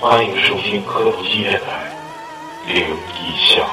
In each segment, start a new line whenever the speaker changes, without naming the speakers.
欢迎收听科普系电台《灵异巷》。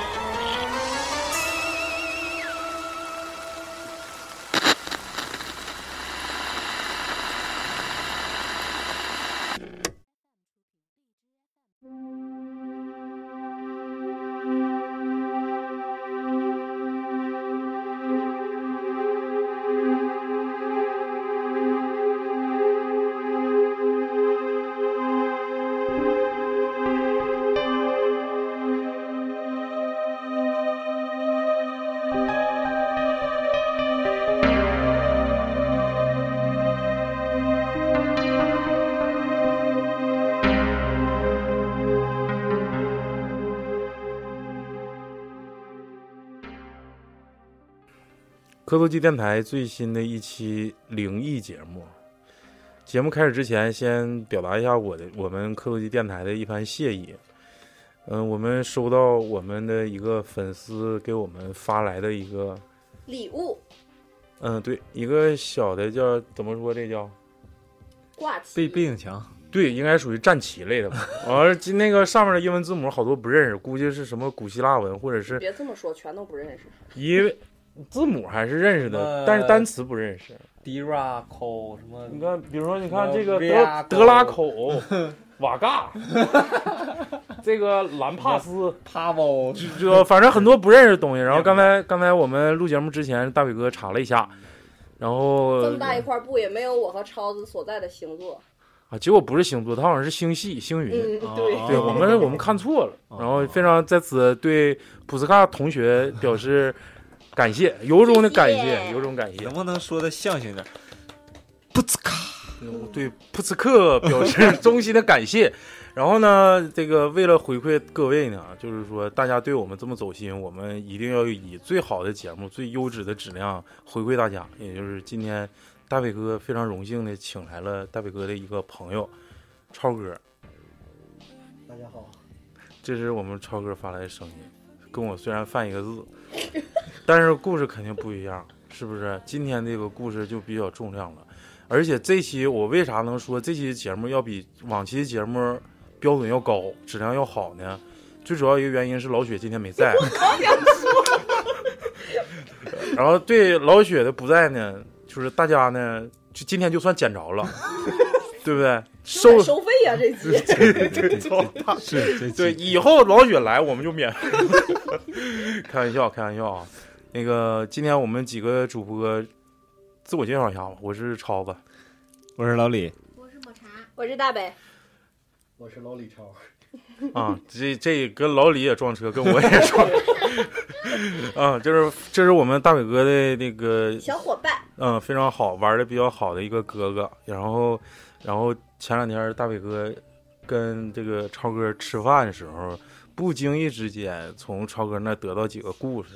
科多机电台最新的一期灵异节目。节目开始之前，先表达一下我的我们科多机电台的一番谢意。嗯，我们收到我们的一个粉丝给我们发来的一个，
礼物
嗯，对，一个小的叫怎么说这叫
挂起，
背背景墙，
对，应该属于战旗类的吧。而今那个上面的英文字母好多不认识，估计是什么古希腊文或者是
别这么说，全都不认识。
因为字母还是认识的，
呃
但是单词不认识。
Dira 口什么
你看，比如说，你看
什么
这个
瑞亚
德
狗
德拉 口、瓦 嘎，这个兰帕斯，
Pavel
就就反正很多不认识的东西。然后刚才刚才我们录节目之前，大伟哥查了一下，然后
这么大一块布也没有我和超子所在的星座。
啊，结果不是星座，它好像是星系星云。
嗯，
哦
对，
对
哦
我们，我们看错了，
哦
然后非常在此对普斯卡同学表示感谢，由衷的感
谢
谢，
谢
由衷感谢
能。不能说的象形点？不呲卡，
对普茨克表示衷心的感谢。然后呢，这个为了回馈各位呢，就是说大家对我们这么走心，我们一定要以最好的节目、最优质的质量回馈大家。也就是今天大伟哥非常荣幸的请来了大伟哥的一个朋友超哥，
大家好，
这是我们超哥发来的声音，跟我虽然犯一个字， 但是故事肯定不一样，是不是？今天这个故事就比较重量了，而且这期我为啥能说这期节目要比往期节目标准要高，质量要好呢？最主要一个原因是老雪今天没在， 然后对老雪的不在呢，就是大家呢，就今天就算捡着了，对不对？
就
收
得收费呀、这集
是这
对，
期
以后老雪来我们就免。 开玩笑，开玩笑啊！那个，今天我们几个主播自我介绍一下吧。我是超子，
我是老李，
我是抹茶，
我是大北，
我是老李超。
啊，这这跟老李也撞车，跟我也撞。 啊，就是这是我们大伟哥的那个
小伙伴，
嗯，非常好，玩的比较好的一个哥哥。然后，然后前两天大伟哥跟这个超哥吃饭的时候，不经意之间从超哥那得到几个故事，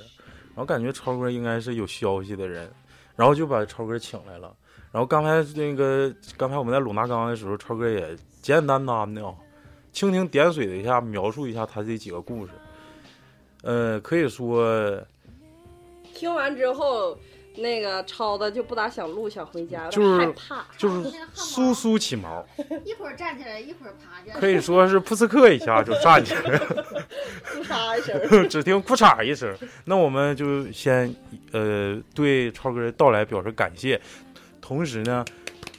然后感觉超哥应该是有消息的人，然后就把超哥请来了。然后刚才那个，刚才我们在鲁大纲的时候，超哥也简简单单的啊、蜻蜓点水的一下描述一下他这几个故事。呃，可以说
听完之后，那个超子就不咋想录，想回家，有
就
点
是
害怕。
就是苏苏起毛，
一会儿站起来，一会儿爬起来，
可以说是噗呲克一下就站起来了，
自杀一声，
只听裤衩一声。那我们就先呃对超哥的到来表示感谢，同时呢，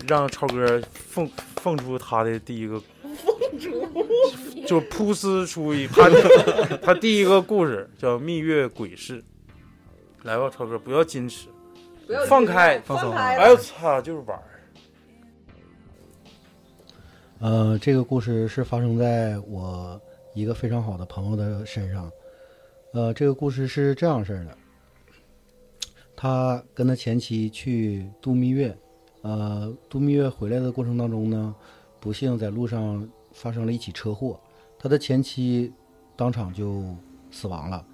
让超哥奉奉出他的第一个，就噗呲出一他 他第一个故事叫《蜜月鬼事》。来吧，超哥，不要矜持，
不要
放开
放
放松
开
哎呦操，就是玩儿。
呃，这个故事是发生在我一个非常好的朋友的身上。呃，这个故事是这样式儿的：他跟他前妻去度蜜月，呃，度蜜月回来的过程当中呢，不幸在路上发生了一起车祸，他的前妻当场就死亡了。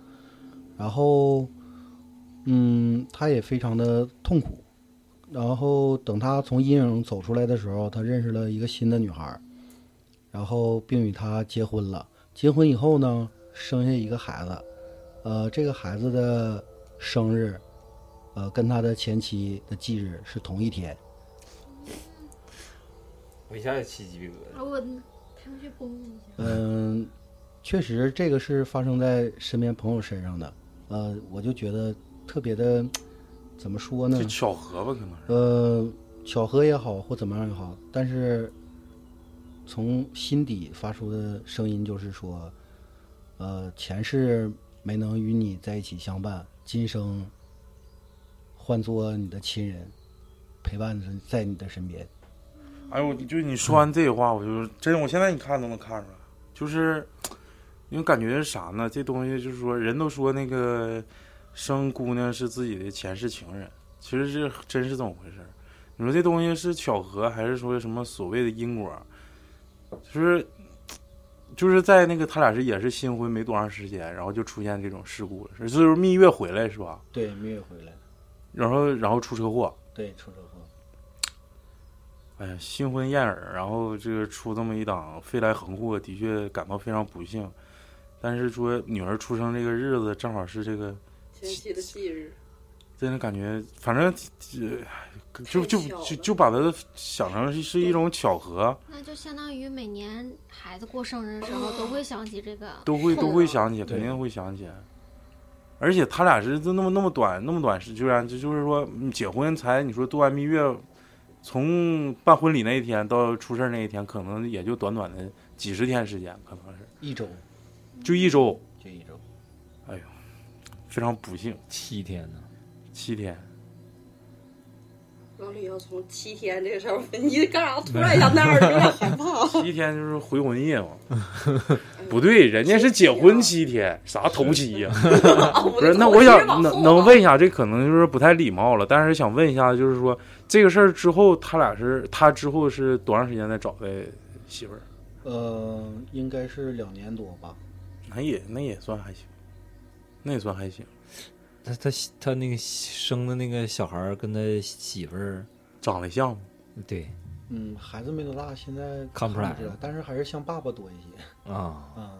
然后，嗯，他也非常的痛苦，然后等他从阴影走出来的时候，他认识了一个新的女孩儿，然后并与她结婚了。结婚以后呢，生下一个孩子，呃，这个孩子的生日，呃，跟他的前妻的忌日是同一天。
我一下就起鸡皮疙瘩。
我上去攻一下。
嗯，确实这个是发生在身边朋友身上的。呃，我就觉得特别的，怎么说呢
就？巧合吧，可能是。
呃，巧合也好，或怎么样也好，但是从心底发出的声音就是说，呃，前世没能与你在一起相伴，今生换做你的亲人，陪伴着在你的身边。
哎呦，我就是你说完这话，我就是真，我现在你看都能看出来，就是因为感觉是啥呢？这东西就是说，人都说那个生姑娘是自己的前世情人，其实这真是怎么回事儿？你说这东西是巧合，还是说什么所谓的因果？就是就是在那个他俩是也是新婚没多长时间，然后就出现这种事故了，是就是蜜月回来是吧？
对，蜜月回来，
然后然后出车祸，
对，出车祸，
哎呀，新婚燕尔，然后这个出这么一档飞来横祸，的确感到非常不幸。但是说女儿出生这个日子，正好是这个，
前妻的忌日，
真的感觉，反正呃就就
太巧了
就就把它想成是是一种巧合，
那就相当于每年孩子过生日的时候都会想起这个，
都会
是
都会
啊
想起，
对
肯定会想起。而且他俩是就那么那么短那么短时，居然就就是说嗯结婚才你说度完蜜月，从办婚礼那一天到出事儿那一天，可能也就短短的几十天时间，可能是
一周，
就一周。
就一周。
非常不幸，
七天呢，
七 天。
老李要从七天这个事儿，你干啥突然想那 样，有点害怕。
七天就是回魂夜 嘛？不对，人家是结婚七天，啥头七呀、
不
嗯不是，那我想能能问一下，这可能就是不太礼貌了，但是想问一下，就是说这个事儿之后，他俩是他之后是多长时间再找的媳妇儿？
呃，应该是两年多吧。
那也那也算还行，那也算还行，
他他他那个生的那个小孩儿跟他媳妇儿，
长得像吗？
对
嗯，孩子没多大，现在
看不出来
来，但是还是像爸爸多一些
啊，
啊。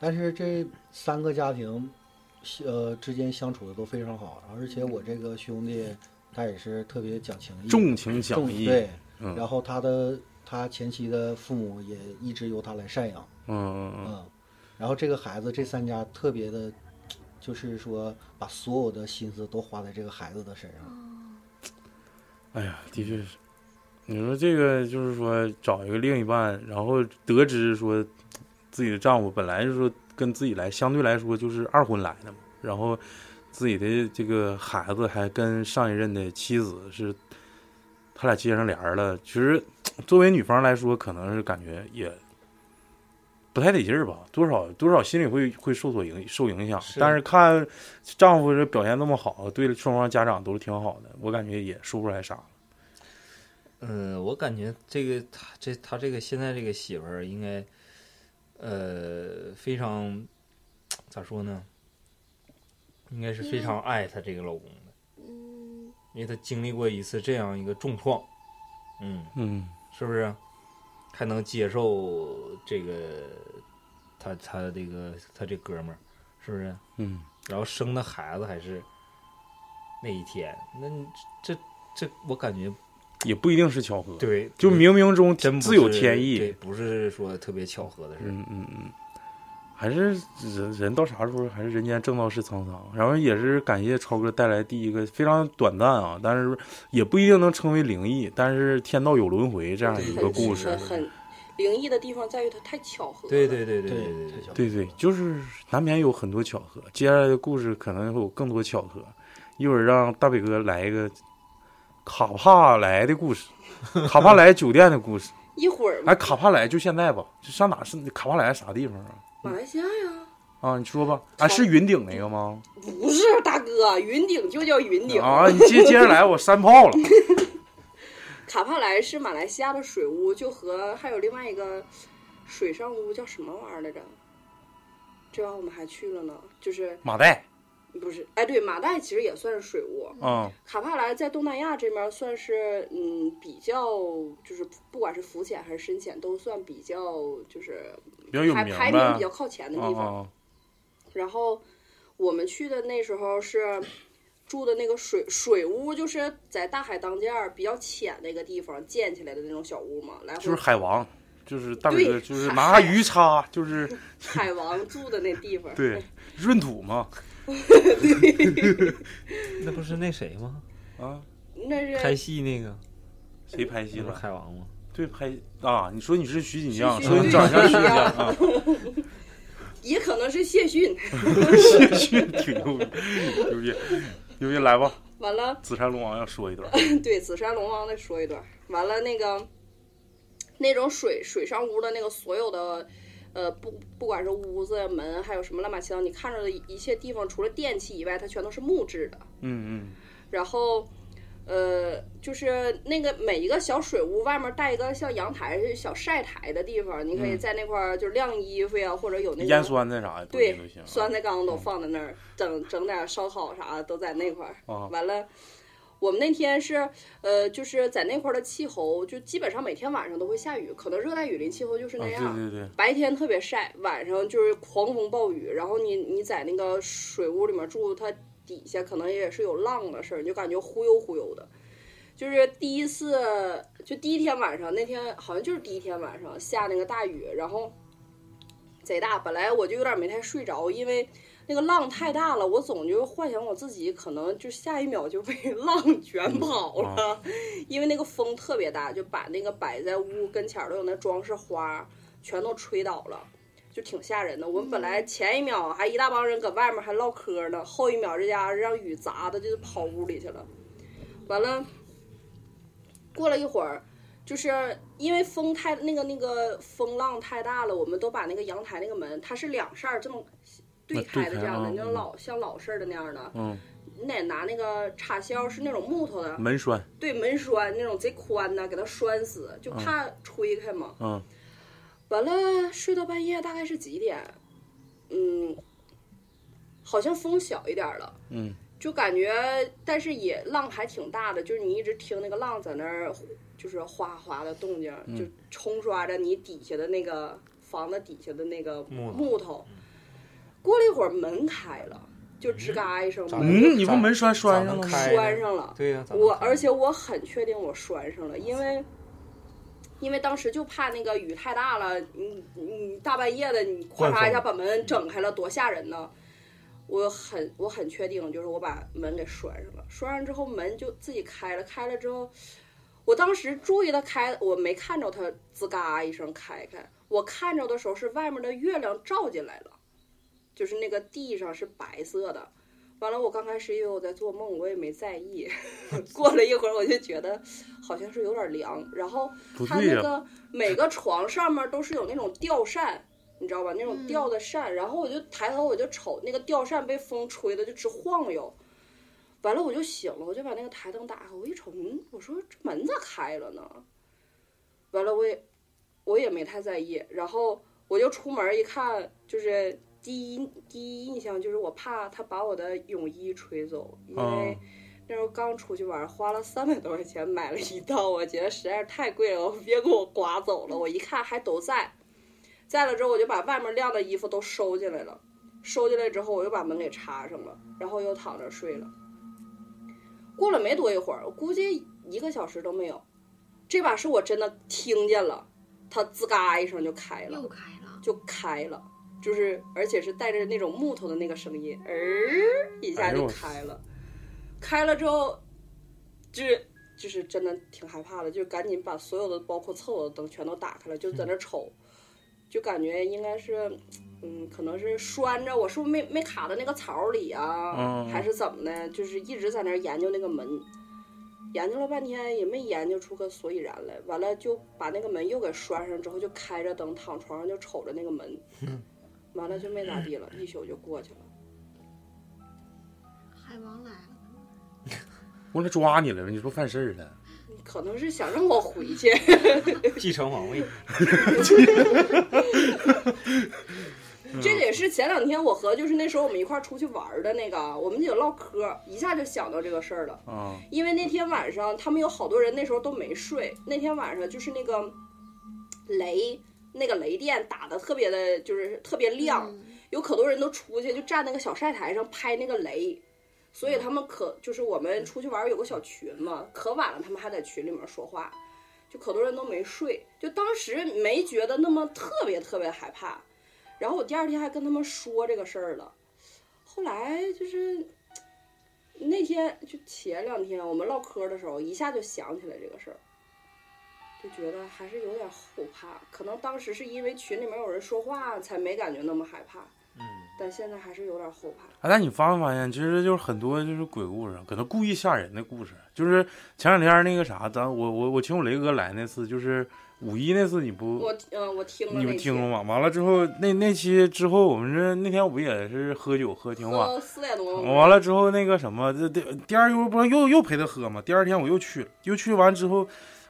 但是这三个家庭，呃，之间相处的都非常好，而且我这个兄弟他也是特别讲情义，
重情
嗯重
讲义，
对，
嗯
然后他的他前妻的父母也一直由他来赡养，
嗯嗯嗯，
嗯，然后这个孩子这三家特别的，就是说把所有的心思都花在这个孩子的身上，
哎呀，的确是。你说这个就是说找一个另一半，然后得知说自己的丈夫本来就说跟自己来相对来说就是二婚来的嘛，然后自己的这个孩子还跟上一任的妻子是他俩接上帘儿了。其实作为女方来说，可能是感觉也不太得劲儿吧，多少多少心里会会受所影受影响。
是
但是看丈夫这表现那么好，对双方家长都是挺好的，我感觉也说不出来啥。
嗯，我感觉这个他这他这个现在这个媳妇儿应该，呃，非常咋说呢？应该是非常爱她这个老公的，
嗯，
因为她经历过一次这样一个重创，嗯，
嗯。
是不是？还能接受这个他他这个他这哥们儿，是不是？
嗯，
然后生的孩子还是那一天，那你这这我感觉
也不一定是巧合，，
对，
就冥冥中
真不
自有
是
天
对
意。
不是说特别巧合的事。
嗯嗯嗯，还是人人到啥时候还是人间正道是沧桑。然后也是感谢超哥带来第一个非常短暂啊，但是也不一定能称为灵异，但是天道有轮回这样一个故事
很。很灵异的地方在于它太巧合了。
对对对对
对
对
太巧
对对，就是难免有很多巧合，接下来的故事可能会有更多巧合。一会儿让大北哥来一个卡帕莱的故事，卡帕莱酒店的故事。
一会儿
哎，卡帕莱就现在吧，就上哪是卡帕莱啥地方啊？
马来西亚呀，
啊，你说吧，啊，是云顶那个吗？
不是大哥，云顶就叫云顶。
啊，你接接着来，我山炮了。
卡帕莱是马来西亚的水屋，就和还有另外一个水上屋叫什么玩意儿来着？这完我们还去了呢，就是
马代，
不是？哎，对，马代其实也算是水屋，
啊
嗯
卡帕莱在东南亚这边算是嗯比较，就是不管是浮潜还是深潜，都算比较就是
比较有
排
名
排
呗
名比较靠前的
啊
地方。
啊，
然后我们去的那时候是住的那个水水屋，就是在大海当间儿比较浅的一个地方建起来的那种小屋嘛，来回
就是海王，
就是大伟哥
对
就是拿鱼叉， 就是
海王住的那地 方。
对闰土嘛
那不是那谁吗？
啊，
那
拍
是
戏那个
谁拍戏
那不是
了？
海王吗？
对拍啊，你说你是徐锦江，
徐
说你长相
徐
徐锦江啊，
也可能是谢逊。
谢逊挺牛逼，牛逼，牛逼，来吧，
完了，
紫山龙王要说一段，
对紫山龙王再说一段。完了，那个那种水水上屋的那个所有的，呃，不不管是屋子、门，还有什么乱七八糟，你看着的一切地方，除了电器以外，它全都是木质的。
嗯
然后，呃，就是那个每一个小水屋外面带一个像阳台是小晒台的地方，你可以在那块儿就晾衣服呀，或者有
嗯，
那个
腌酸菜啥的都
对
行都行啊，
酸菜缸都放在那儿，整整点烧烤啥的都在那块儿。
啊，
完了，我们那天是呃，就是在那块儿的气候，就基本上每天晚上都会下雨，可能热带雨林气候就是
啊
那
对
样。
对
嗯
对，
白天特别晒，晚上就是狂风暴雨，然后你你在那个水屋里面住，它底下可能也是有浪的事儿，你就感觉忽悠忽悠的。就是第一次，就第一天晚上，那天好像就是第一天晚上下那个大雨，然后贼大。本来我就有点没太睡着，因为那个浪太大了，我总就幻想我自己可能就下一秒就被 浪卷跑了，因为那个风特别大，就把那个摆在屋跟前儿的有那装饰花，全都吹倒了，就挺吓人的。我们本来
嗯
前一秒还一大帮人搁外面还唠嗑呢，后一秒这家伙让雨砸的，就是跑屋里去了。完了，过了一会儿，就是因为风太那个那个风浪太大了，我们都把那个阳台那个门，它是两扇儿这么对开的这样
那啊
的，
对开啊
那种老像老式儿的那样的，
嗯，
你得拿那个插销，是那种木头的，
门栓，
对门栓那种贼宽的，给它栓死，就怕吹开嘛。
嗯，
完了，睡到半夜大概是几点？嗯，好像风小一点儿了，
嗯，
就感觉，但是也浪还挺大的，就是你一直听那个浪在那儿，就是哗哗的动静，就冲刷着你底下的那个房子底下的那个
木头
木头。过了一会儿，门开了，就吱嘎一声，
咋
门
嗯，你不门栓
咋
栓上
能
了吗？
开呢？
栓上了。
对呀、咋能
我
开
而且我很确定我拴上了，因为因为当时就怕那个雨太大了，你你大半夜的你咔
灌
嚓一下
风
把门整开了，多吓人呢！我很我很确定，就是我把门给拴上了，拴上之后门就自己开了，开了之后，我当时注意它开，我没看着它吱嘎一声开开，我看着的时候是外面的月亮照进来了，就是那个地上是白色的。完了，我刚开始以为我在做梦，我也没在意。 过了一会儿，我就觉得好像是有点凉。然后
不
它
对
那
呀，
个每个床上面都是有那种吊扇，你知道吧？那种
嗯
吊的扇。然后我就抬头，我就瞅那个吊扇被风吹的就直晃悠。完了我就醒了，我就把那个台灯打开，我一瞅，嗯，我说这门咋开了呢？完了我也我也没太在意，然后我就出门一看，就是第一第一印象就是我怕他把我的泳衣吹走，因为
嗯
那时候刚出去玩，花了三百多块钱买了一套，我觉得实在是太贵了，我别给我刮走了。我一看还都在，在了之后我就把外面晾的衣服都收进来了，收进来之后我又把门给插上了，然后又躺着睡了。过了没多一会儿，我估计一个小时都没有，这把是我真的听见了，它吱嘎一声就开了
又。开了，
就开了，就是而且是带着那种木头的那个声音，儿一下就开了。开了之后，就是就是真的挺害怕的，就赶紧把所有的包括厕所的灯全都打开了，就在那瞅，就感觉应该是，嗯，可能是拴着我，是不是没没卡到那个槽里啊，
嗯
还是怎么的？就是一直在那儿研究那个门。研究了半天也没研究出个所以然来，完了就把那个门又给拴上，之后就开着灯躺床上就瞅着那个门，完了就没咋地了，一宿就过去了。
海王来了，
我来抓你来了，你说犯事儿了，
可能是想让我回去，
继承王位，
这个也是前两天我和就是那时候我们一块儿出去玩儿的那个，我们就唠嗑，一下就想到这个事儿了。
啊，
因为那天晚上他们有好多人那时候都没睡，那天晚上就是那个雷，那个雷电打的特别的，就是特别亮，
嗯
有可多人都出去就站那个小晒台上拍那个雷，所以他们可就是我们出去玩儿有个小群嘛，可晚了他们还在群里面说话，就可多人都没睡，就当时没觉得那么特别特别害怕。然后我第二天还跟他们说这个事儿了，后来就是那天就前两天我们唠嗑的时候，一下就想起来这个事儿，就觉得还是有点后怕。可能当时是因为群里面有人说话，才没感觉那么害怕，
嗯，
但现在还是有点后怕。
哎，但你发没发现，其实就是很多就是鬼故事，可能故意吓人的故事。就是前两天那个啥，咱我我我请我雷哥来那次，就是五一那次，你不
我嗯、我听了
你
那
们
期
听了吗？完了之后，那那期之后，我们是那天我不也是喝酒喝挺晚，
喝呃四点多吗，
完了之后那个什么，这第第二又不是又又陪他喝嘛？第二天我又去了，又去完之后，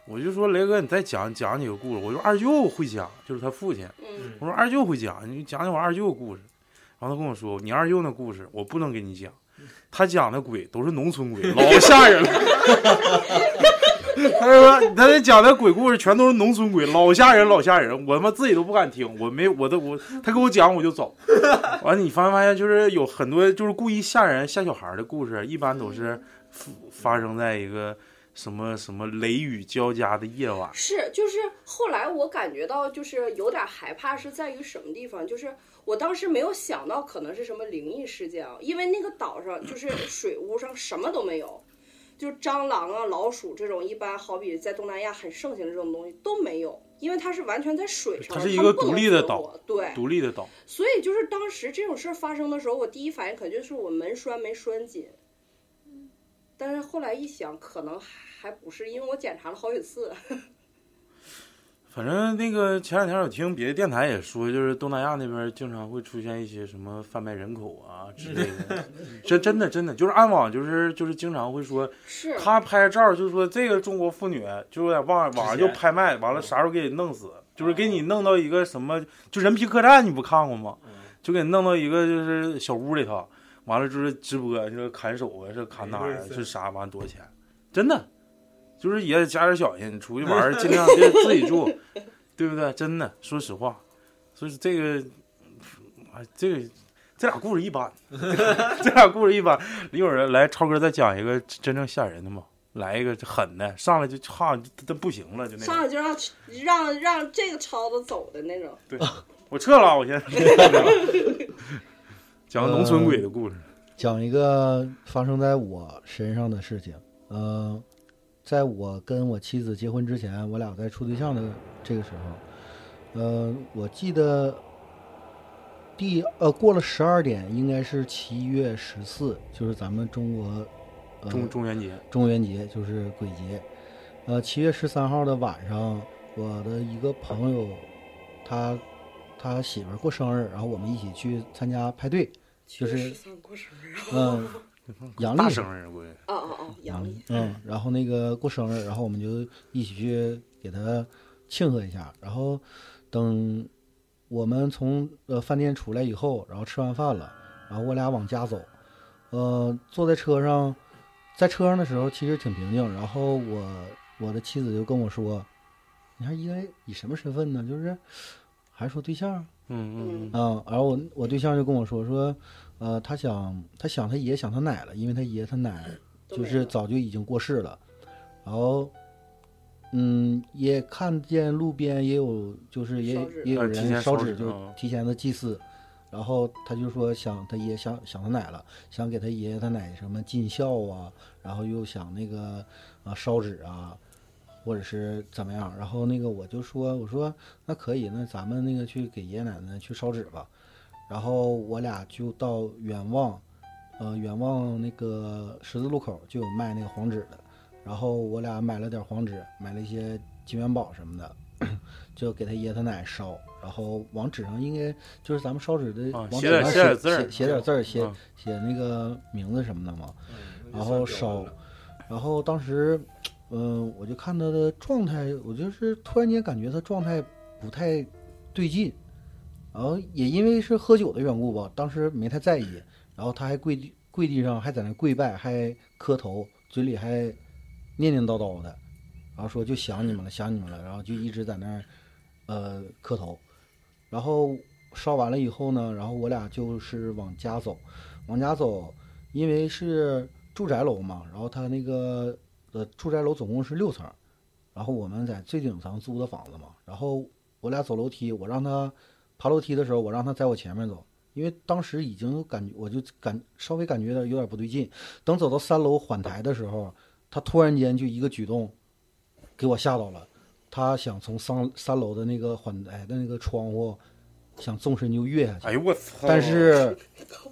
我就说雷哥，你再讲讲几个故事。我说二舅会讲，就是他父亲。
嗯，
我说二舅会讲，你讲讲我二舅的故事。然后他跟我说，你二舅那故事我不能给你讲，他讲的鬼都是农村鬼，老吓人了。他说他那讲的鬼故事全都是农村鬼，老吓人，老吓人。我他妈自己都不敢听，我没我都我他跟我讲我就走。完了，你发没发现就是有很多就是故意吓人吓小孩的故事，一般都是发发生在一个什么什么雷雨交加的夜晚。
是，就是后来我感觉到，就是有点害怕，是在于什么地方？就是我当时没有想到可能是什么灵异事件啊，因为那个岛 上就是水屋上什么都没有，就是蟑螂啊、老鼠这种一般好比在东南亚很盛行的这种东西都没有，因为它是完全在水上
它
的，
是一
它
个
不能
独立的
存
岛
活，对，
独立的岛，
所以就是当时这种事儿发生的时候，我第一反应肯定是我门栓没栓紧。但是后来一想，可能还不是，因为我检查了好几次。
反正那个前两天我听别的电台也说，就是东南亚那边经常会出现一些什么贩卖人口啊之类的，真真的真的就是暗网就是就是经常会说
是，
他拍照就说这个中国妇女就在网网上就拍卖，完了啥时候给你弄死，就是给你弄到一个什么就人皮客栈你不看过吗？就给你弄到一个就是小屋里头，完了就是直播，就是砍手啊，是砍哪儿啊，是啥完多少钱？真的，就是也加点小心，你出去玩儿尽量别自己住，对不对？真的，说实话，所以这个，哎，这个这俩故事一般， 这俩故事一般。一会儿来超哥再讲一个真正吓人的嘛，来一个狠的，上来就哈，这不行了，就那
上
种。
来就让让让这个超子走的那种。
我撤了啊，我先讲个农村
呃
鬼的故事。
讲一个发生在我身上的事情。呃，在我跟我妻子结婚之前，我俩在处对象的这个时候，呃，我记得第呃过了十二点，应该是七月十四，就是咱们中国呃
中中元节，
中元节，就是鬼节。呃，七月十三号的晚上，我的一个朋友，他他媳妇儿过生日，然后我们一起去参加派对，就是
十三过生日。
嗯、阳
大
历
生
上
日估计。
哦哦哦，阳历。
嗯，然后那个过生日，然后我们就一起去给他庆贺一下。然后等我们从呃饭店出来以后，然后吃完饭了，然后我俩往家走。呃，坐在车上，在车上的时候其实挺平静。然后我我的妻子就跟我说：“哎你还应该以什么身份呢？就是还是说对象啊？”
嗯嗯
嗯，然后我我对象就跟我说说，呃，他想他想他爷想他奶了，因为他爷他奶
都
就
没
是
了
早就已经过世了，然后，嗯，也看见路边也有，就是也
烧纸
也有
呃提前
人
烧
烧
纸
纸，就是
啊
提前的祭祀，然后他就说想他爷想想他奶了，想给他爷爷他奶什么尽孝啊，然后又想那个啊烧纸啊，或者是怎么样，然后那个我就说我说那可以，那咱们那个去给爷爷奶奶去烧纸吧，然后我俩就到远望，呃，远望那个十字路口就有卖那个黄纸的，然后我俩买了点黄纸，买了一些金元宝什么的， 就给他爷他奶烧，然后往纸上应该就是咱们烧纸的
啊
往
写
纸
点
上
写点字儿
写写点字儿，啊写
嗯
写那个名字什么的嘛。
那就
然
算
后
表
烧
了，
然后当时，嗯、我就看他的状态，我就是突然间感觉他状态不太对劲，然后也因为是喝酒的缘故吧，当时没太在意，然后他还跪地跪地上还在那跪拜，还磕头，嘴里还念念叨叨的，然后说就想你们了，想你们了，然后就一直在那儿呃磕头，然后烧完了以后呢，然后我俩就是往家走，往家走，因为是住宅楼嘛，然后它那个呃住宅楼总共是六层，然后我们在最顶层租的房子嘛，然后我俩走楼梯，我让他爬楼梯的时候，我让他在我前面走，因为当时已经感觉我就感稍微感觉到有点不对劲。等走到三楼缓台的时候，他突然间就一个举动，给我吓到了。他想从三三楼的那个缓台的那个窗户，想纵身就跃下去，
哎呦我操！
但是。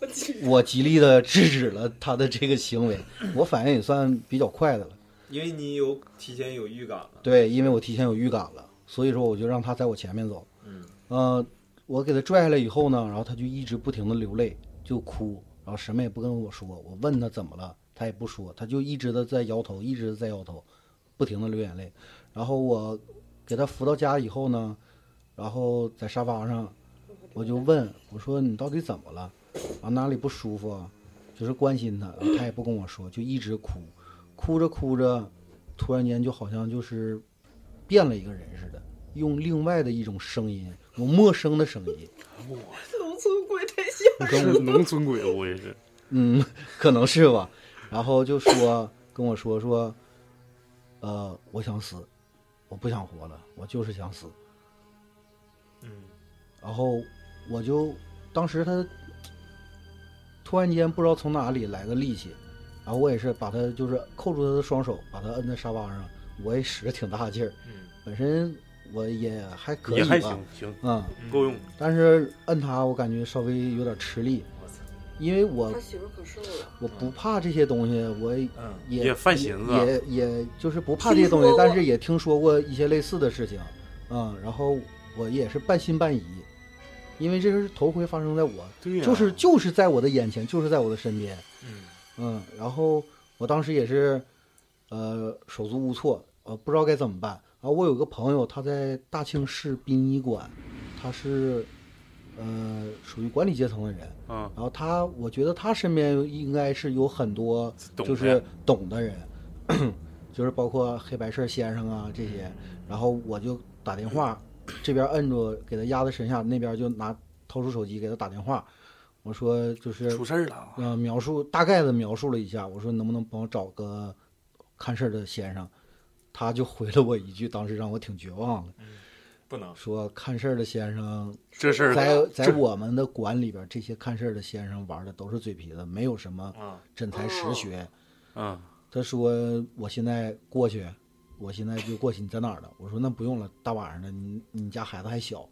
高级
我极力的制止了他的这个行为，我反应也算比较快的了。
因为你有提前有预感了。
对，因为我提前有预感了，所以说我就让他在我前面走。
嗯，
呃，我给他拽下来以后呢，然后他就一直不停的流泪，就哭，然后什么也不跟我说。我问他怎么了，他也不说，他就一直的在摇头，一直地在摇头，不停的流眼泪。然后我给他扶到家以后呢，然后在沙发上，我就问我说你到底怎么了？啊哪里不舒服啊？就是关心他，然后他也不跟我说，就一直哭，哭着哭着，突然间就好像就是变了一个人似的，用另外的一种声音，我陌生的声 音，
农村鬼太像。
是农村鬼，我也是。
嗯，可能是吧。然后就说跟我说说，呃，我想死，我不想活了，我就是想死。
嗯，
然后我就当时他突然间不知道从哪里来个力气，然后我也是把他就是扣住他的双手，把他摁在沙发上，我也使了挺大劲儿。
嗯，
本身我也还可以
也
吧，
还行，行，
嗯，
够用。
但是摁他我感觉稍微有点吃力，
我操，
因为我
他媳妇儿可瘦了，
我不怕这些东西，我
嗯
也
也犯寻思啊
也也就是不怕这些东西
听说，过
但是也听说过一些类似的事情，嗯，然后我也是半信半疑，因为这是头回发生在我，
对呀，
就是就是在我的眼前，就是在我的身边，
嗯
嗯，然后我当时也是，呃，手足无措，呃，不知道该怎么办。然后我有个朋友，他在大庆市殡仪馆，他是，呃，属于管理阶层的人。
啊，
然后他，我觉得他身边应该是有很多
嗯懂
就
的
是懂的人， 就是包括黑白事儿先生啊这些。
嗯
然后我就打电话，这边摁住给他压在身下，那边就拿掏出手机给他打电话，我说就是
出事儿了啊。
呃，描述大概的描述了一下，我说能不能帮我找个看事儿的先生？他就回了我一句，当时让我挺绝望的，
不能，
说看事儿的先生
这事儿
在在
这
我们的馆里边，这些看事儿的先生玩的都是嘴皮子，没有什么
嗯
啊
真才实学。
啊，
他说我现在过去，我现在就过去，你在哪儿呢？我说那不用了，大晚上的，你你家孩子还小。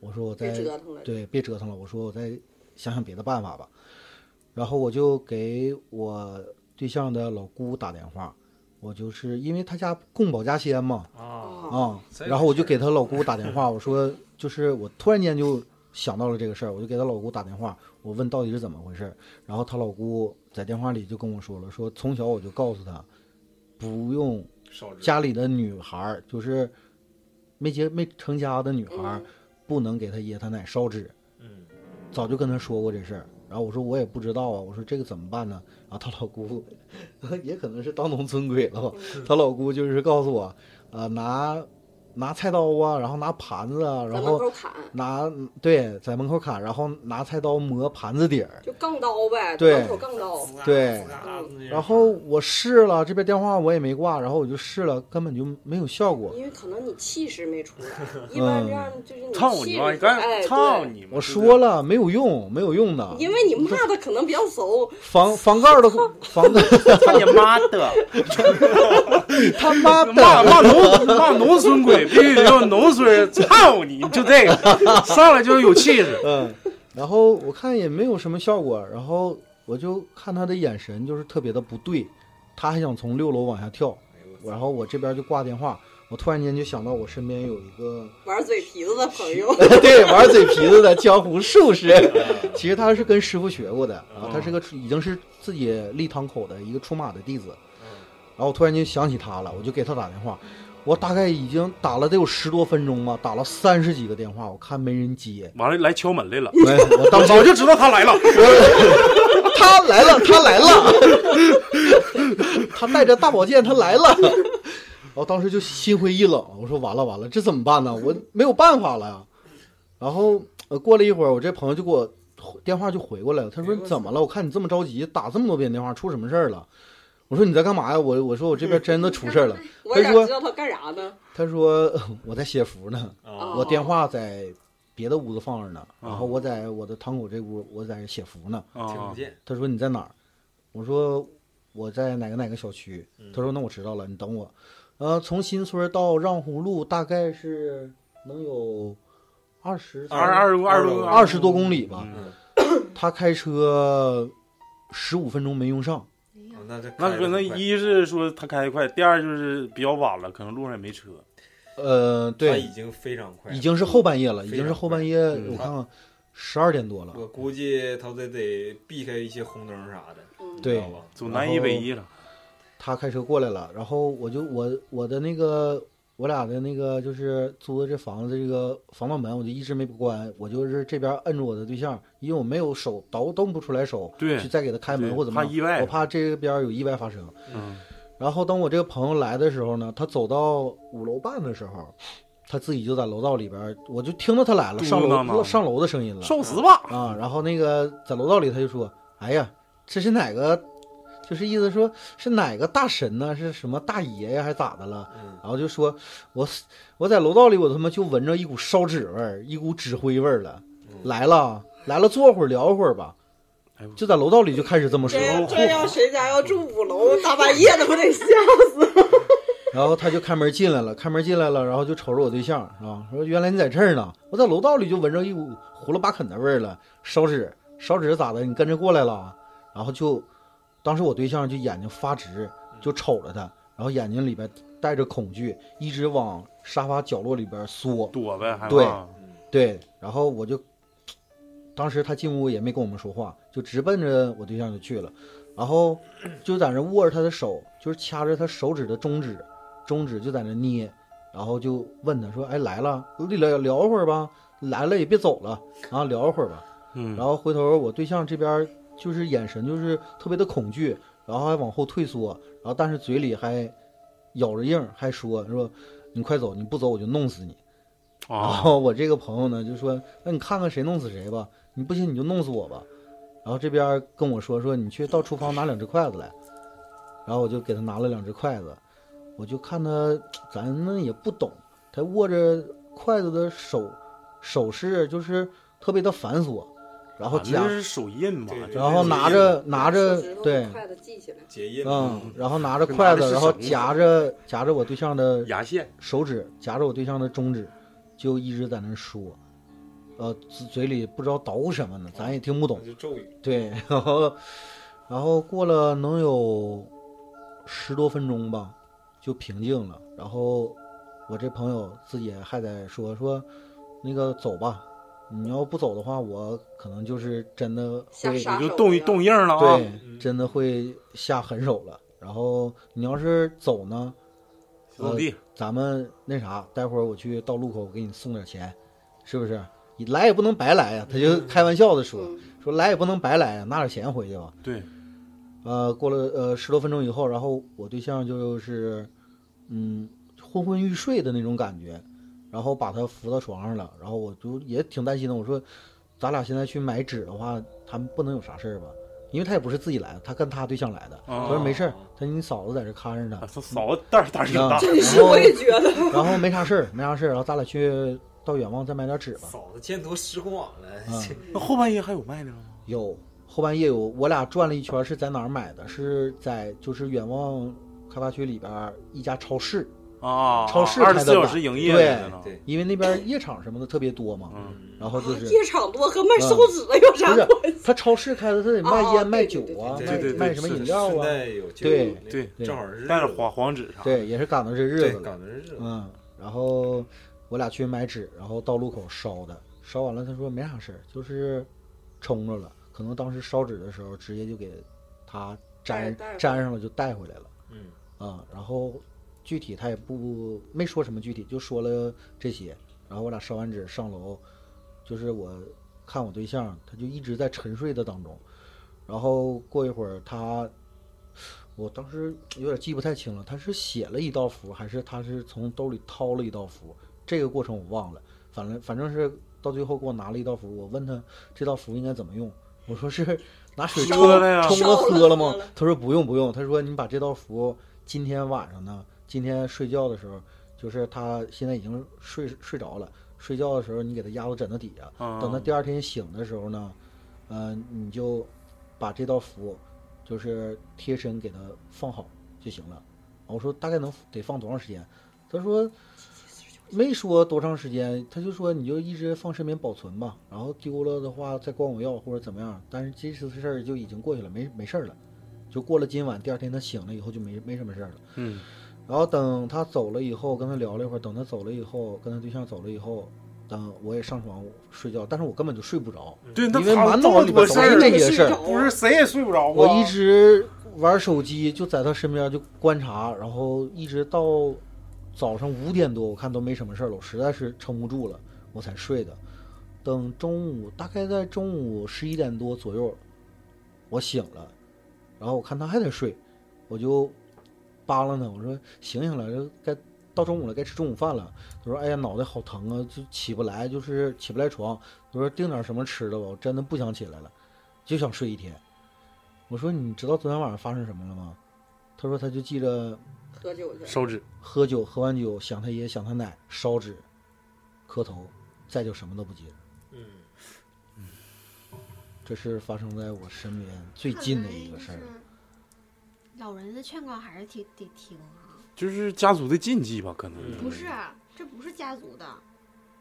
我说我在
别折腾了。
对，别折腾了，我说我再想想别的办法吧。然后我就给我对象的老姑打电话，我就是因为他家供保家仙嘛，
啊，
啊，
啊、
这个
然后我就
事儿
给他老姑打电话，我说就是我突然间就想到了这个事儿，我就给他老姑打电话，我问到底是怎么回事儿，然后他老姑在电话里就跟我说了，说从小我就告诉他，不用
少知
家里的女孩儿，就是没结没成家的女孩儿
嗯，
不能给他爷他奶烧纸。
嗯
早就跟他说过这事儿，然后我说我也不知道啊，我说这个怎么办呢？然后他老姑 也可能是当农村鬼了吧，他老姑就是告诉我，呃，拿拿菜刀啊，然后拿盘子啊，
在
然
门
后
口砍，
拿对在门口砍，然后拿菜刀磨盘子底儿。
就杠刀呗，
对
门口杠刀。
对
嗯
然后我试了，这边电话我也没挂，然后我就试了，根本就没有效果。
因为可能你气势 没出来，一般这样就是 你
操
气
你
势，
妈！你刚
哎，
才
对
操，你妈！对不对
我说了没有用，没有用的，
因为你骂的可能比较熟，
防防盖 儿都防盖
操你妈的！
他妈的
骂骂农骂农村鬼，必须得用农村人操你！就这个，上来就有气势。。
嗯，然后我看也没有什么效果，然后我就看他的眼神就是特别的不对，他还想从六楼往下跳，然后我这边就挂电话，我突然间就想到我身边有一个
玩嘴皮子的朋友，
对玩嘴皮子的江湖术士，其实他是跟师傅学过的，然后他是个已经是自己立堂口的一个出马的弟子，然后我突然间想起他了，我就给他打电话。我大概已经打了得有十多分钟吧，打了三十几个电话，我看没人接
完了来敲门来了，
我我当时
早就知道他来了。
他来了， 他来了，他带着大宝剑，他来了。我当时就心灰意冷，我说完了完了，这怎么办呢？我没有办法了呀。然后呃，过了一会儿，我这朋友就给我回电话就回过来了，他说
哎呦
怎么了？我看你这么着急，打这么多遍电话，出什么事儿了？我说你在干嘛呀？我我说我这边真的出事 儿了。
我也
他
咋
说
知道他干啥呢？
他说我在写符呢，
哦
哦
啊
我电话在别的屋子放着呢，
啊
然后我在我的堂口这屋我在这写符呢。
听
啊
不，见。
他说你在哪儿？我说我在哪个哪个小区
嗯。
他说那我知道了，你等我。呃，从新村到让胡路大概是能有二十
二二十二十多
二十多公里
哦
吧。
嗯
他开车十五分钟没用上，
哎呀
哦，那这
那可能
一
一是说他开得快，第二就是比较晚了，可能路上也没车。
呃，
他
对
已，经非常快了，
已经是后半夜了，已
非常
经是后半夜，
快嗯
我看看十二点多了。
我估计他得得避开一些红灯啥的，
嗯，
对
知道吧？
走南一北一了，
他开车过来了，然后我就我我的那个我俩的那个就是租的这房子这个防盗门我就一直没关，我就是这边摁住我的对象，因为我没有手倒动不出来手
对
去，再给他开门
对
或怎么
怕
样，哦
意外
我怕这边有意外发生。
嗯，
然后等我这个朋友来的时候呢，他走到五楼半的时候，他自己就在楼道里边，我就听到他来了，
嘟嘟
上
囔囔
楼
的
上楼的声音了
受死吧！
啊。然后那个在楼道里他就说：“哎呀，这是哪个？就是意思说是哪个大神呢？是什么大爷呀，还是咋的了？”
嗯，
然后就说：“我我在楼道里，我他妈就闻着一股烧纸味儿，一股纸灰味儿了。
嗯
来了，来了，坐会儿聊会儿吧。
哎呦”
嗯就在楼道里就开始这么说，
这这要谁家要住五楼，大半夜的我得吓死。
然后他就开门进来了，开门进来了，然后就瞅着我对象啊，说原来你在这儿呢，我在楼道里就闻着一股胡了巴啃的味儿了，烧纸，烧纸咋的？你跟着过来了，啊然后就，当时我对象就眼睛发直，就瞅着他，然后眼睛里边带着恐惧，一直往沙发角落里边缩，
躲呗，还
对
怕
对，然后我就，当时他进屋也没跟我们说话，就直奔着我对象就去了，然后就在那握着他的手，就是掐着他手指的中指，中指就在那捏，然后就问他说：“哎，来了，聊聊会儿吧，来了也别走了啊，聊会儿吧。”
嗯，
然后回头我对象这边就是眼神就是特别的恐惧，然后还往后退缩，然后但是嘴里还咬着硬，还说说：“你快走，你不走我就弄死你。”然
啊，
后我这个朋友呢就说：“那你看看谁弄死谁吧，你不行你就弄死我吧。”然后这边跟我说：“说你去到厨房拿两只筷子来。”然后我就给他拿了两只筷子，我就看他，咱们也不懂，他握着筷子的手手势就是特别的繁琐，然后
啊
夹
那，是手印嘛，
对对
然后拿着拿着
手指头
对，
筷子系起来。
结印
嗯，然后拿着
拿
筷
的
子，
是
然后
绳子
夹着夹着我对象的
牙线，
手指夹着我对象的中指，就一直在那说，呃，嘴嘴里不知道捣鼓什么呢，咱也听不懂
那。就咒语，
对， 然后，然后过了能有十多分钟吧，就平静了。然后我这朋友自己还在说说，那个走吧，你要不走的话，我可能就是真的
下
会
杀
你
手
就动一
一样
动印儿了啊，
哦
对，
嗯
真的会下狠手了。然后你要是走呢，
小老弟，
咱们那啥，待会儿我去到路口给你送点钱，是不是？你来也不能白来呀、他就开玩笑的说、
嗯
说来也不能白来呀、拿点钱回去吧。
对，
呃，过了呃十多分钟以后，然后我对象就是嗯昏昏欲睡的那种感觉，然后把他扶到床上了，然后我就也挺担心的，我说咱俩现在去买纸的话，他们不能有啥事儿吧？因为他也不是自己来的，他跟他对象来的。
啊
他说没事儿，他说你嫂子在这看着
啊
呢，
他嫂子胆儿胆儿挺大，
啊
真是，我也觉得。
然后没啥事儿，没啥事儿，然后咱俩去到远望再买点纸吧。
嫂子见多识广了，
嗯
这
那后半夜还有卖的吗？
有后半夜有，我俩转了一圈，是在哪儿买的？是在就是远望开发区里边儿一家超市，
啊，
超市
二
开
十
的
四小
吧
时营业
对
的呢，
对
因为那边夜场什么的特别多嘛。
嗯，
然后就是
哦
嗯
夜场多和卖烧纸的有啥
不是
关系？
他超市开的，他得卖
哦
烟、卖
对
酒
对
啊，
对
卖
对对
卖什么
是
饮料
顺
啊。
带有就
对
对
对
正好是
带着黄黄纸啥，，
对，也是赶到这日
对
子，了。
赶上日子，
嗯，然后我俩去买纸，然后到路口烧的，烧完了他说没啥事儿，就是冲着了，可能当时烧纸的时候直接就给他
带
粘
带回来
粘上了，就带回来了
嗯，
啊、然后具体他也不没说什么具体，就说了这些。然后我俩烧完纸上楼，就是我看我对象，他就一直在沉睡的当中。然后过一会儿他，我当时有点记不太清了，他是写了一道符，还是他是从兜里掏了一道符？这个过程我忘了，反正反正是到最后给我拿了一道符。我问他这道符应该怎么用，我说是拿水
烧
冲
了
了
呀
冲
烧
了
了
喝
喝
了吗
了？
他说不用不用，他说你把这道符今天晚上呢，今天睡觉的时候，就是他现在已经睡睡着了，睡觉的时候你给他压到枕头底下，
嗯
等他
啊，
第二天醒的时候呢，呃，你就把这道符就是贴身给他放好就行了。我说大概能得放多长时间？他说没说多长时间，他就说你就一直放身边保存吧，然后丢了的话再管我要或者怎么样。但是这次事儿就已经过去了，没没事儿了，就过了今晚。第二天他醒了以后就没没什么事儿了。
嗯，
然后等他走了以后，跟他聊了一会儿，等他走了以后，跟他对象走了以后，等我也上床睡觉，但是我根本就睡不着，
对，那
因为
他
满
这
脑
么
里
多
边
事
都是
儿，
这些事儿。
不是谁也睡不着啊。
我一直玩手机，就在他身边就观察，然后一直到早上五点多，我看都没什么事儿了，我实在是撑不住了，我才睡的。等中午大概在中午十一点多左右，我醒了，然后我看他还在睡，我就扒拉呢，我说醒醒了，这该到中午了，该吃中午饭了。他说：“哎呀，脑袋好疼啊，就起不来，就是起不来床。”他说：“哎订点什么吃的吧，我真啊的不想起来了，就想睡一天。”我说：“你知道昨天晚上发生什么了吗？”他说：“他就记着
喝酒去，
手指，
喝酒，喝完酒想他爷想他奶，烧纸，磕头，再就什么都不记得。”
嗯，
这是发生在我身边最近的一个事儿。。
老人的劝告还是挺得听啊，
就是家族的禁忌吧，可能
嗯
不是，啊这不是家族的。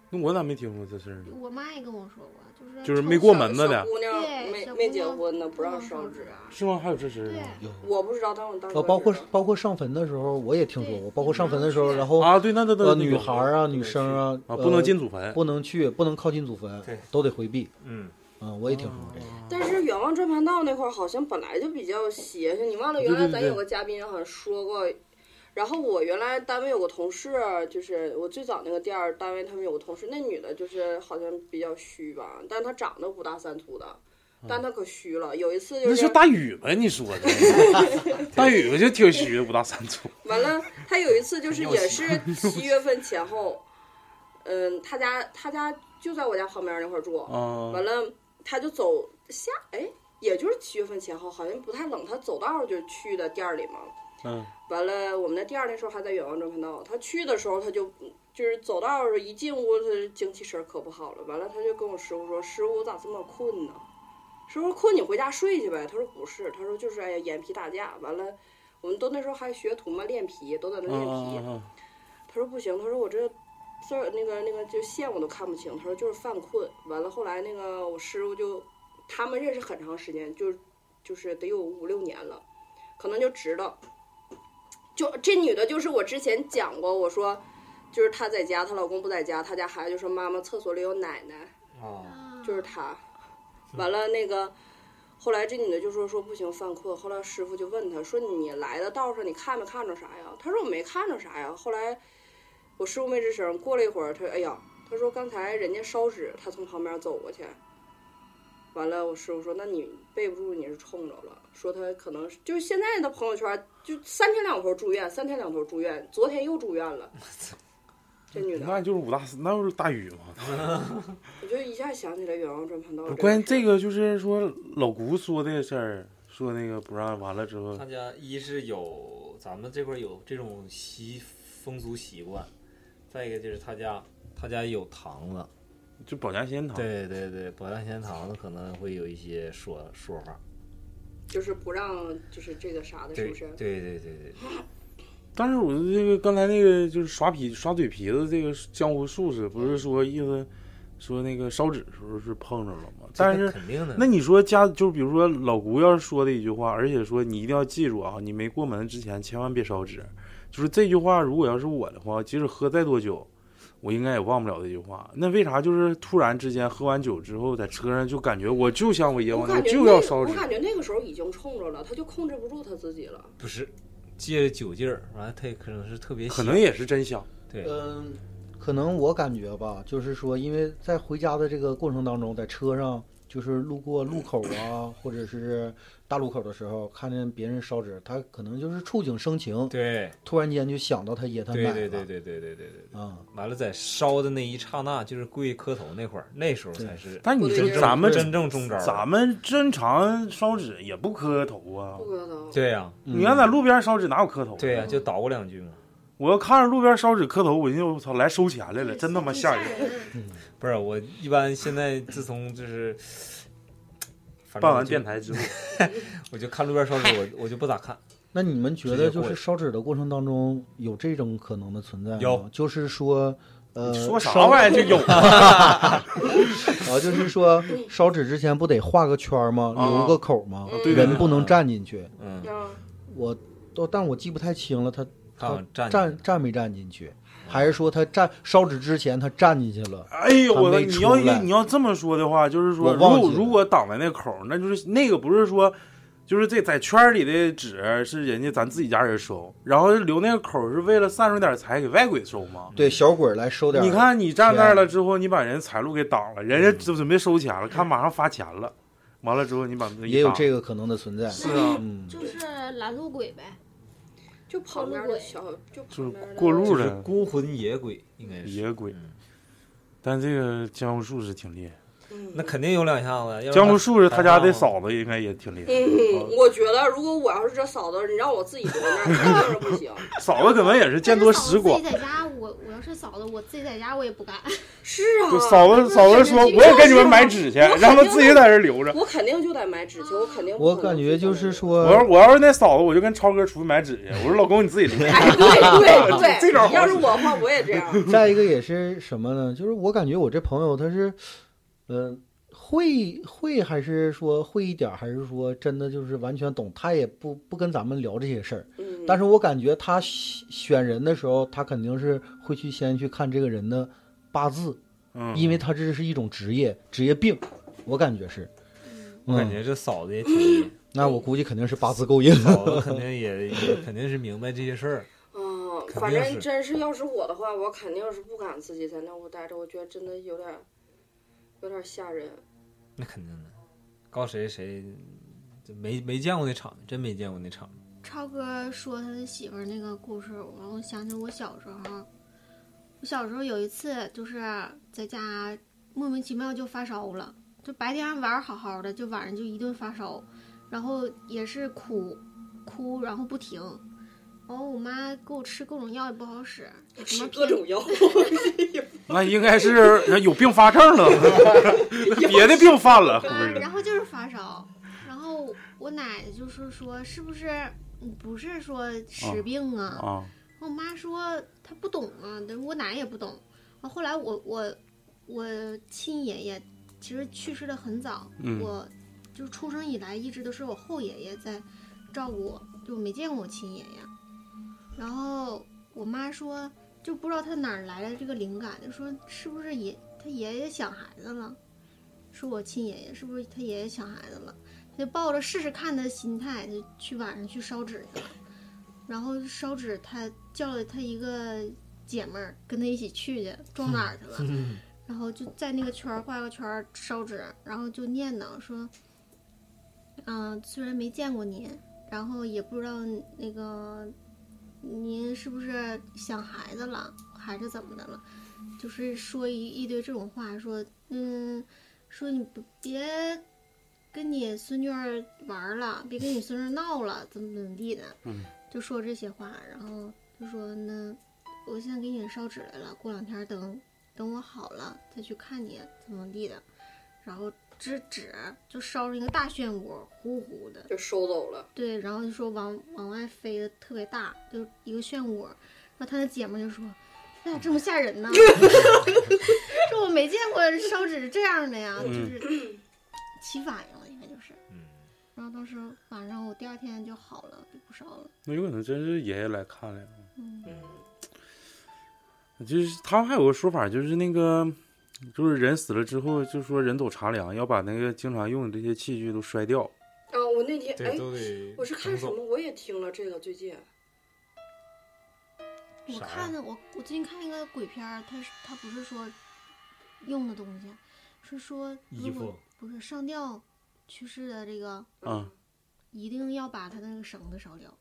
那我咋没听过这事儿呢？
我妈也跟我说过，就是
就是
抽
没过门子
小
的
姑娘
对
没
小
没
姑
结
娘
婚呢，不
不
让
烧
烧纸。
啊。
是吗？还有这事儿
对
呢，
有
我不知道，但我当时
呃，包括包括上坟的时候，我也听说
对
过。包括上坟的时候，
你不能去
然后
啊？对，那那那
呃，女孩儿啊、女生啊，
啊，
呃
不能进祖坟。
不能去，不能靠近祖坟
对，
都得回避。
嗯，
嗯，我也听说过这个。
哦
但是远望转盘道那块儿好像本来就比较邪性，你忘了原来咱有个嘉宾好像说过，然后我原来单位有个同事，就是我最早那个店儿单位，他们有个同事，那女的就是好像比较虚吧，但她长得五大三粗的，
嗯
但她可虚了。有一次就
那
是
是大宇吧？你说的， 大宇就挺虚的，五大三粗。
完了，他有一次就是也是七月份前后，嗯，他家他家就在我家旁边那块儿
哦
住，
啊
完了他就走下哎，也就是七月份前后，好像不太冷，他走道就去的店儿里嘛。
嗯，
完了，我们那店儿那时候还在远望中看道，他去的时候他就就是走道儿一进屋，他精气神儿可不好了。完了，他就跟我师傅说：“师傅，我咋这么困呢？”师傅说哎困你回家睡去呗。他说不是，他说就是哎呀眼皮打架，完了我们都那时候还学徒嘛练皮，都在那
啊
练皮。
啊
哦
啊！
他说不行，他说我这字儿那个那个就线我都看不清，他说就是犯困。完了后来那个我师傅就他们认识很长时间，就就是得有五六年了，可能就知道。就这女的，就是我之前讲过，我说就是她在家，她老公不在家，她家孩子就说妈妈厕所里有奶奶，
啊，
就是她。
嗯
完了那个，后来这女的就说说不行犯困，后来师傅就问她说你来的道上你看没看着啥呀？她说我没看着啥呀。后来我师傅没吱声，过了一会儿她说哎呀，她说刚才人家烧纸，她从旁边走过去。完了，我师傅说：“那你备不住，你是冲着了。”说她可能是就是现在的朋友圈，就三天两头住院，三天两头住院，昨天又住院了。这女的，
那就是五大，那就是大宇嘛。
我就一下想起来远望转盘道
不是
个事儿。
关键这个就是说老姑说的事儿，说那个不让完了之
嗯
后
他，家一是有咱们这块儿有这种习风俗习惯，再一个就是他家他家有堂子，
就保家
啊
仙堂。
对对对，保良仙堂子可能会有一些说说法，
就是不让，就是这个啥的，是
对
不是
对？对对对，
但是我这个刚才那个就是耍皮耍嘴皮子这个江湖术士，不是说意思说那个烧纸时候是碰着了吗？但
这个
是
肯定的，
那你说家就是比如说老姑要是说的一句话，而且说你一定要记住啊，你没过门之前千万别烧纸。就是这句话，如果要是我的话，即使喝再多酒，我应该也忘不了这句话。那为啥就是突然之间喝完酒之后，在车上就感觉我就像我爷
我
我那
感觉
就
那
要
个
烧纸
我，感觉那个时候已经冲着了，他就控制不住他自己了。
不是借着酒劲儿，完了他也可能是特别喜
可能也是真香。
对，
嗯，可能我感觉吧，就是说，因为在回家的这个过程当中，在车上就是路过路口啊，或者是大路口的时候，看见别人烧纸，他可能就是触景生情，
对
突然间就想到他爷他奶
对
了。
对对对对对对对对。
啊，
完了，在烧的那一刹那，就是跪磕头那会儿，那时候才是
但你
不
说
对
咱们
真正中招。
咱们正常烧纸也不磕头啊
不，可能。
对呀
嗯
你看在路边烧纸哪有磕头？啊
对呀，啊就捣鼓两句嘛。
我要看着路边烧纸磕头，我就我操来收钱来了，真他妈吓人！
不是我一般现在自从就是，反正
办
我
完
就
电台之后，
我就看路边烧纸，我我就不咋看。
那你们觉
直接
得就
过
是
去
烧纸的过程当中有这种可能的存在吗？
有
就是说，呃，
说啥
烧
玩意儿就有
啊，就是说烧纸之前不得画个圈儿吗？
啊
留个口吗？
嗯
对对
人
对
不能站进去。
嗯，
啊，
我都，但我记不太清了，他
看我站
站站没站进去，还是说他站烧纸之前他站进去了？
哎呦我
他
的，
没
你
出
要
来
你要这么说的话，就是说，
我
如
忘记
果
了
如果挡在那口儿，那就是那个不是说，就是这在圈儿里的纸是人家咱自己家人收，然后留那个口儿是为了散出点财给外鬼收吗？
对，小鬼儿来收点儿。嗯
你看你站那儿了之后，你把人财路给挡了，人家就准备收钱了，看马上发钱了，完了之后你把那
也有
个
这个可能的存在。
是啊，
嗯，
就是拦路鬼呗。
就旁边的小，就
就是
旁边的
过路
就是
的
孤魂野鬼，应该是
野鬼
嗯。
但这个江湖术士挺厉害，
嗯
那肯定有两下子。要不然
江湖术士他家的
还好
嫂子应该也挺厉害，
嗯，我觉得如果我要是这嫂子，你让我自己蹲那儿，肯定是不行。
嫂子可能也是见多识广
但是嫂子。自己在家，我我要是嫂子，我自己在家我也不敢。
是啊，
就嫂子嫂子说，嗯我也给你们买纸去，让他们自己在这留着。
我肯定就得买纸去，我肯定不
我
可能
感
自己
觉就是
我要
说，
我要是那嫂子，我就跟超哥出去买纸去。我说老公你自己留着。
在那儿。哎，对对对，
这招好使
要是我的话，我也这样。
再一个也是什么呢？就是我感觉我这朋友他是，呃，会会还是说会一点儿，还是说真的就是完全懂？他也不不跟咱们聊这些事儿，
嗯，
但是我感觉他选选人的时候，他肯定是会去先去看这个人的八字，
嗯，
因为他这是一种职业职业病，我感觉是。
我感
嗯，
觉这嫂子也挺厉害，
那我估计肯定是八字够硬。
嫂子肯定也也肯定是明白这些事儿。
嗯，
肯定
反正
是
真是要是我的话，我肯定是不敢自己在那屋待着，我觉得真的有点，有点吓人。
那肯定的，告谁谁这没没见过那场面，真没见过那场面。
超哥说他的媳妇儿那个故事，我我想起我小时候，我小时候有一次就是在家莫名其妙就发烧了，就白天还玩儿好好的，就晚上就一顿发烧，然后也是哭哭，然后不停，然后我妈给我吃各种药也不好使，什
吃
么
各
偏
种 药，
那应该是有病发 症了，别的病犯了，
啊
是不
然
是？
后就是发烧，然后我奶奶就是说是不是你不是说
啊
实病啊？
啊，
我妈说她不懂啊，但是我奶也不懂。然后后来我我我亲爷爷其实去世的很早，
嗯
我就出生以来一直都是我后爷爷在照顾我，就没见过我亲爷爷。然后我妈说就不知道她哪儿来的这个灵感，就说是不是爷她爷爷想孩子了，说我亲爷爷是不是他爷爷想孩子了？就抱着试试看的心态，就去晚上去烧纸去了。然后烧纸，他叫了他一个姐们儿跟他一起去去，撞哪儿去了？然后就在那个圈儿画个圈儿烧纸，然后就念叨说：“嗯、虽然没见过您，然后也不知道那个您是不是想孩子了，还是怎么的了？”就是说一一堆这种话，说嗯，说你不别跟你孙女儿玩儿了，别跟你孙女儿闹了，怎么怎么地的，
嗯，
就说这些话，然后就说那我现在给你烧纸来了，过两天等等我好了再去看你，怎么地的，然后这纸就烧成一个大漩涡，呼呼的，
就收走了。
对，然后就说往往外飞的特别大，就一个漩涡。然后他的姐们儿就说：“哎呀，这么吓 人呢？说我没见过烧纸这样的呀，就是起反应了，应该就是。
嗯，
然后当时晚上我第二天就好了，就不烧了。
那有可能真是爷爷来看来了。
嗯，
就是他们还有个说法，就是那个，就是人死了之后，就说人走茶凉，要把那个经常用的这些器具都摔掉。
啊，我那天哎
对，，都得
我是看什么？我也听了这个最近。
我
啥呀
看的我我最近看一个鬼片儿，他是他不是说用的东西，是说
衣
如果
服
不是上吊去世的这个，
啊
嗯，
一定要把他那个绳子烧掉，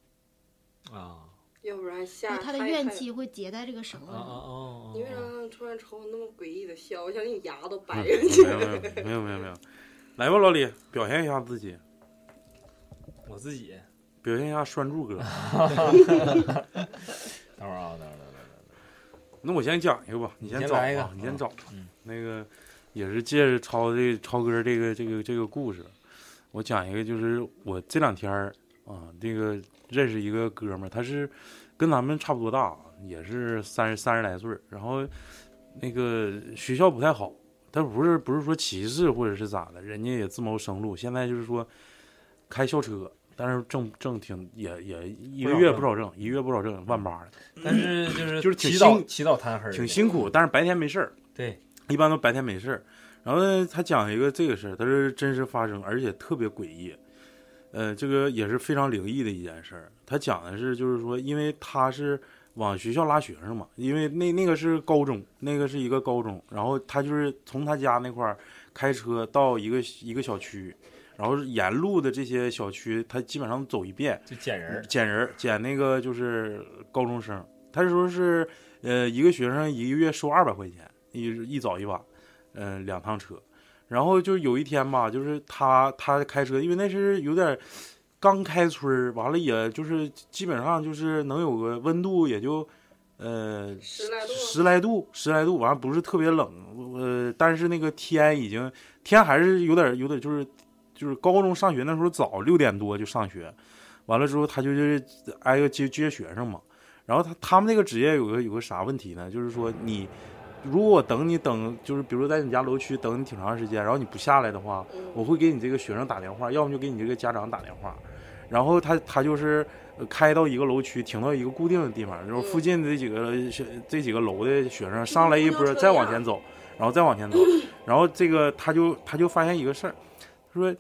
啊
要不然
因
下
为他的
还
怨
还
气会结在这个绳
啊
子
啊
上。
啊！
你为
啊
啥突然朝我那么诡异的笑？我想你牙都白
嗯
了去。
没有没有没有没有没有，来吧，老李，表现一下自己，
我自己，
表现一下拴柱哥。
等会儿啊，等会儿等会儿等会儿。
那我先讲一个吧，你先
先
找
来一个
吧，你
嗯
先找吧。
嗯
那个也是借着超这超哥这个这个这个故事，我讲一个，就是我这两天儿啊，这个认识一个哥们儿，他是跟咱们差不多大，啊也是三十三十来岁儿，然后那个学校不太好，他不是不是说歧视或者是咋的，人家也自谋生路，现在就是说开校车。但是挣挣挺也也一个
不少
月
挣
不少挣，一个月不少挣，万八的，
但是就是
就是挺
起
辛
早起早贪黑，
挺辛苦。。但是白天没事儿，
对，
一般都白天没事儿。然后呢，他讲一个这个事儿，他是真实发生，而且特别诡异。呃，这个也是非常灵异的一件事儿。他讲的是，就是说，因为他是往学校拉学生嘛，因为那那个是高中，那个是一个高中，然后他就是从他家那块儿开车到一个一个小区，然后沿路的这些小区，他基本上走一遍，
就捡人儿，
捡人儿，捡那个就是高中生。他说是，呃，一个学生一个月收二百块钱，一一早一晚，嗯、两趟车。然后就有一天吧，就是他他开车，因为那是有点儿刚开春儿，完了也就是基本上就是能有个温度也就，呃，
十来度啊
十来度，十来度，完了不是特别冷，呃，但是那个天已经天还是有点儿有点儿就是就是高中上学那时候早，六点多就上学，完了之后他就就是挨个接接学生嘛。然后他他们那个职业有个有个啥问题呢？就是说你如果我等你等，就是比如在你家楼区等你挺长时间，然后你不下来的话，
嗯
我会给你这个学生打电话，要么就给你这个家长打电话。然后他他就是呃开到一个楼区，停到一个固定的地方，就是附近的这几个学这几个楼的学生上来一波，再往前走，然后再往前走，然后这个他就他就发现一个事儿，他说：“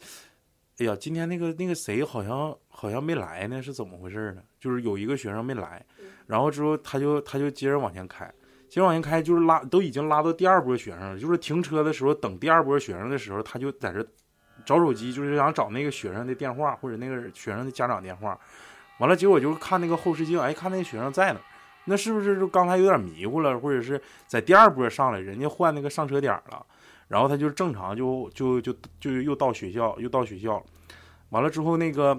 哎呀，今天那个那个谁好像好像没来呢，是怎么回事呢？就是有一个学生没来，然后之后他就他就接着往前开。”接着往前开，就是拉都已经拉到第二波学生了，就是停车的时候等第二波学生的时候，他就在这找手机，就是想找那个学生的电话或者那个学生的家长电话。完了，结果就是看那个后视镜，哎，看那个学生在呢，那是不是就刚才有点迷糊了，或者是在第二波上来，人家换那个上车点儿了，然后他就正常就就就就又到学校，又到学校了。完了之后，那个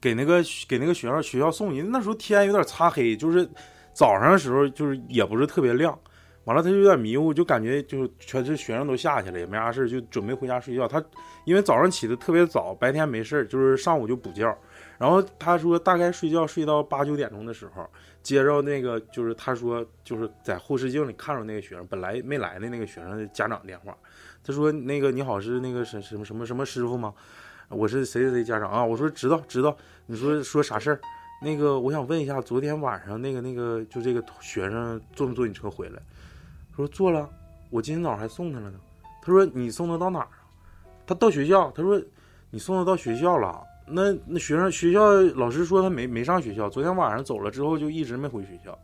给那个给那个学校学校送人，那时候天有点擦黑，就是早上的时候就是也不是特别亮。完了，他就有点迷糊，就感觉就全是学生都下去了，也没啥事儿，就准备回家睡觉。他因为早上起的特别早，白天没事儿，就是上午就补觉。然后他说大概睡觉睡到八九点钟的时候，接着那个就是他说就是在后视镜里看着那个学生，本来没来的那个学生的家长电话，他说那个你好是那个什什么什么什么师傅吗？我是谁谁谁家长啊？我说知道知道，你说说啥事儿？那个我想问一下，昨天晚上那个那个就这个学生坐没坐你车回来？他说坐了，我今天早上还送他了呢。他说你送他到哪儿啊？他到学校，他说你送他到学校了。啊那那学生学校老师说他没没上学校，昨天晚上走了之后就一直没回学校。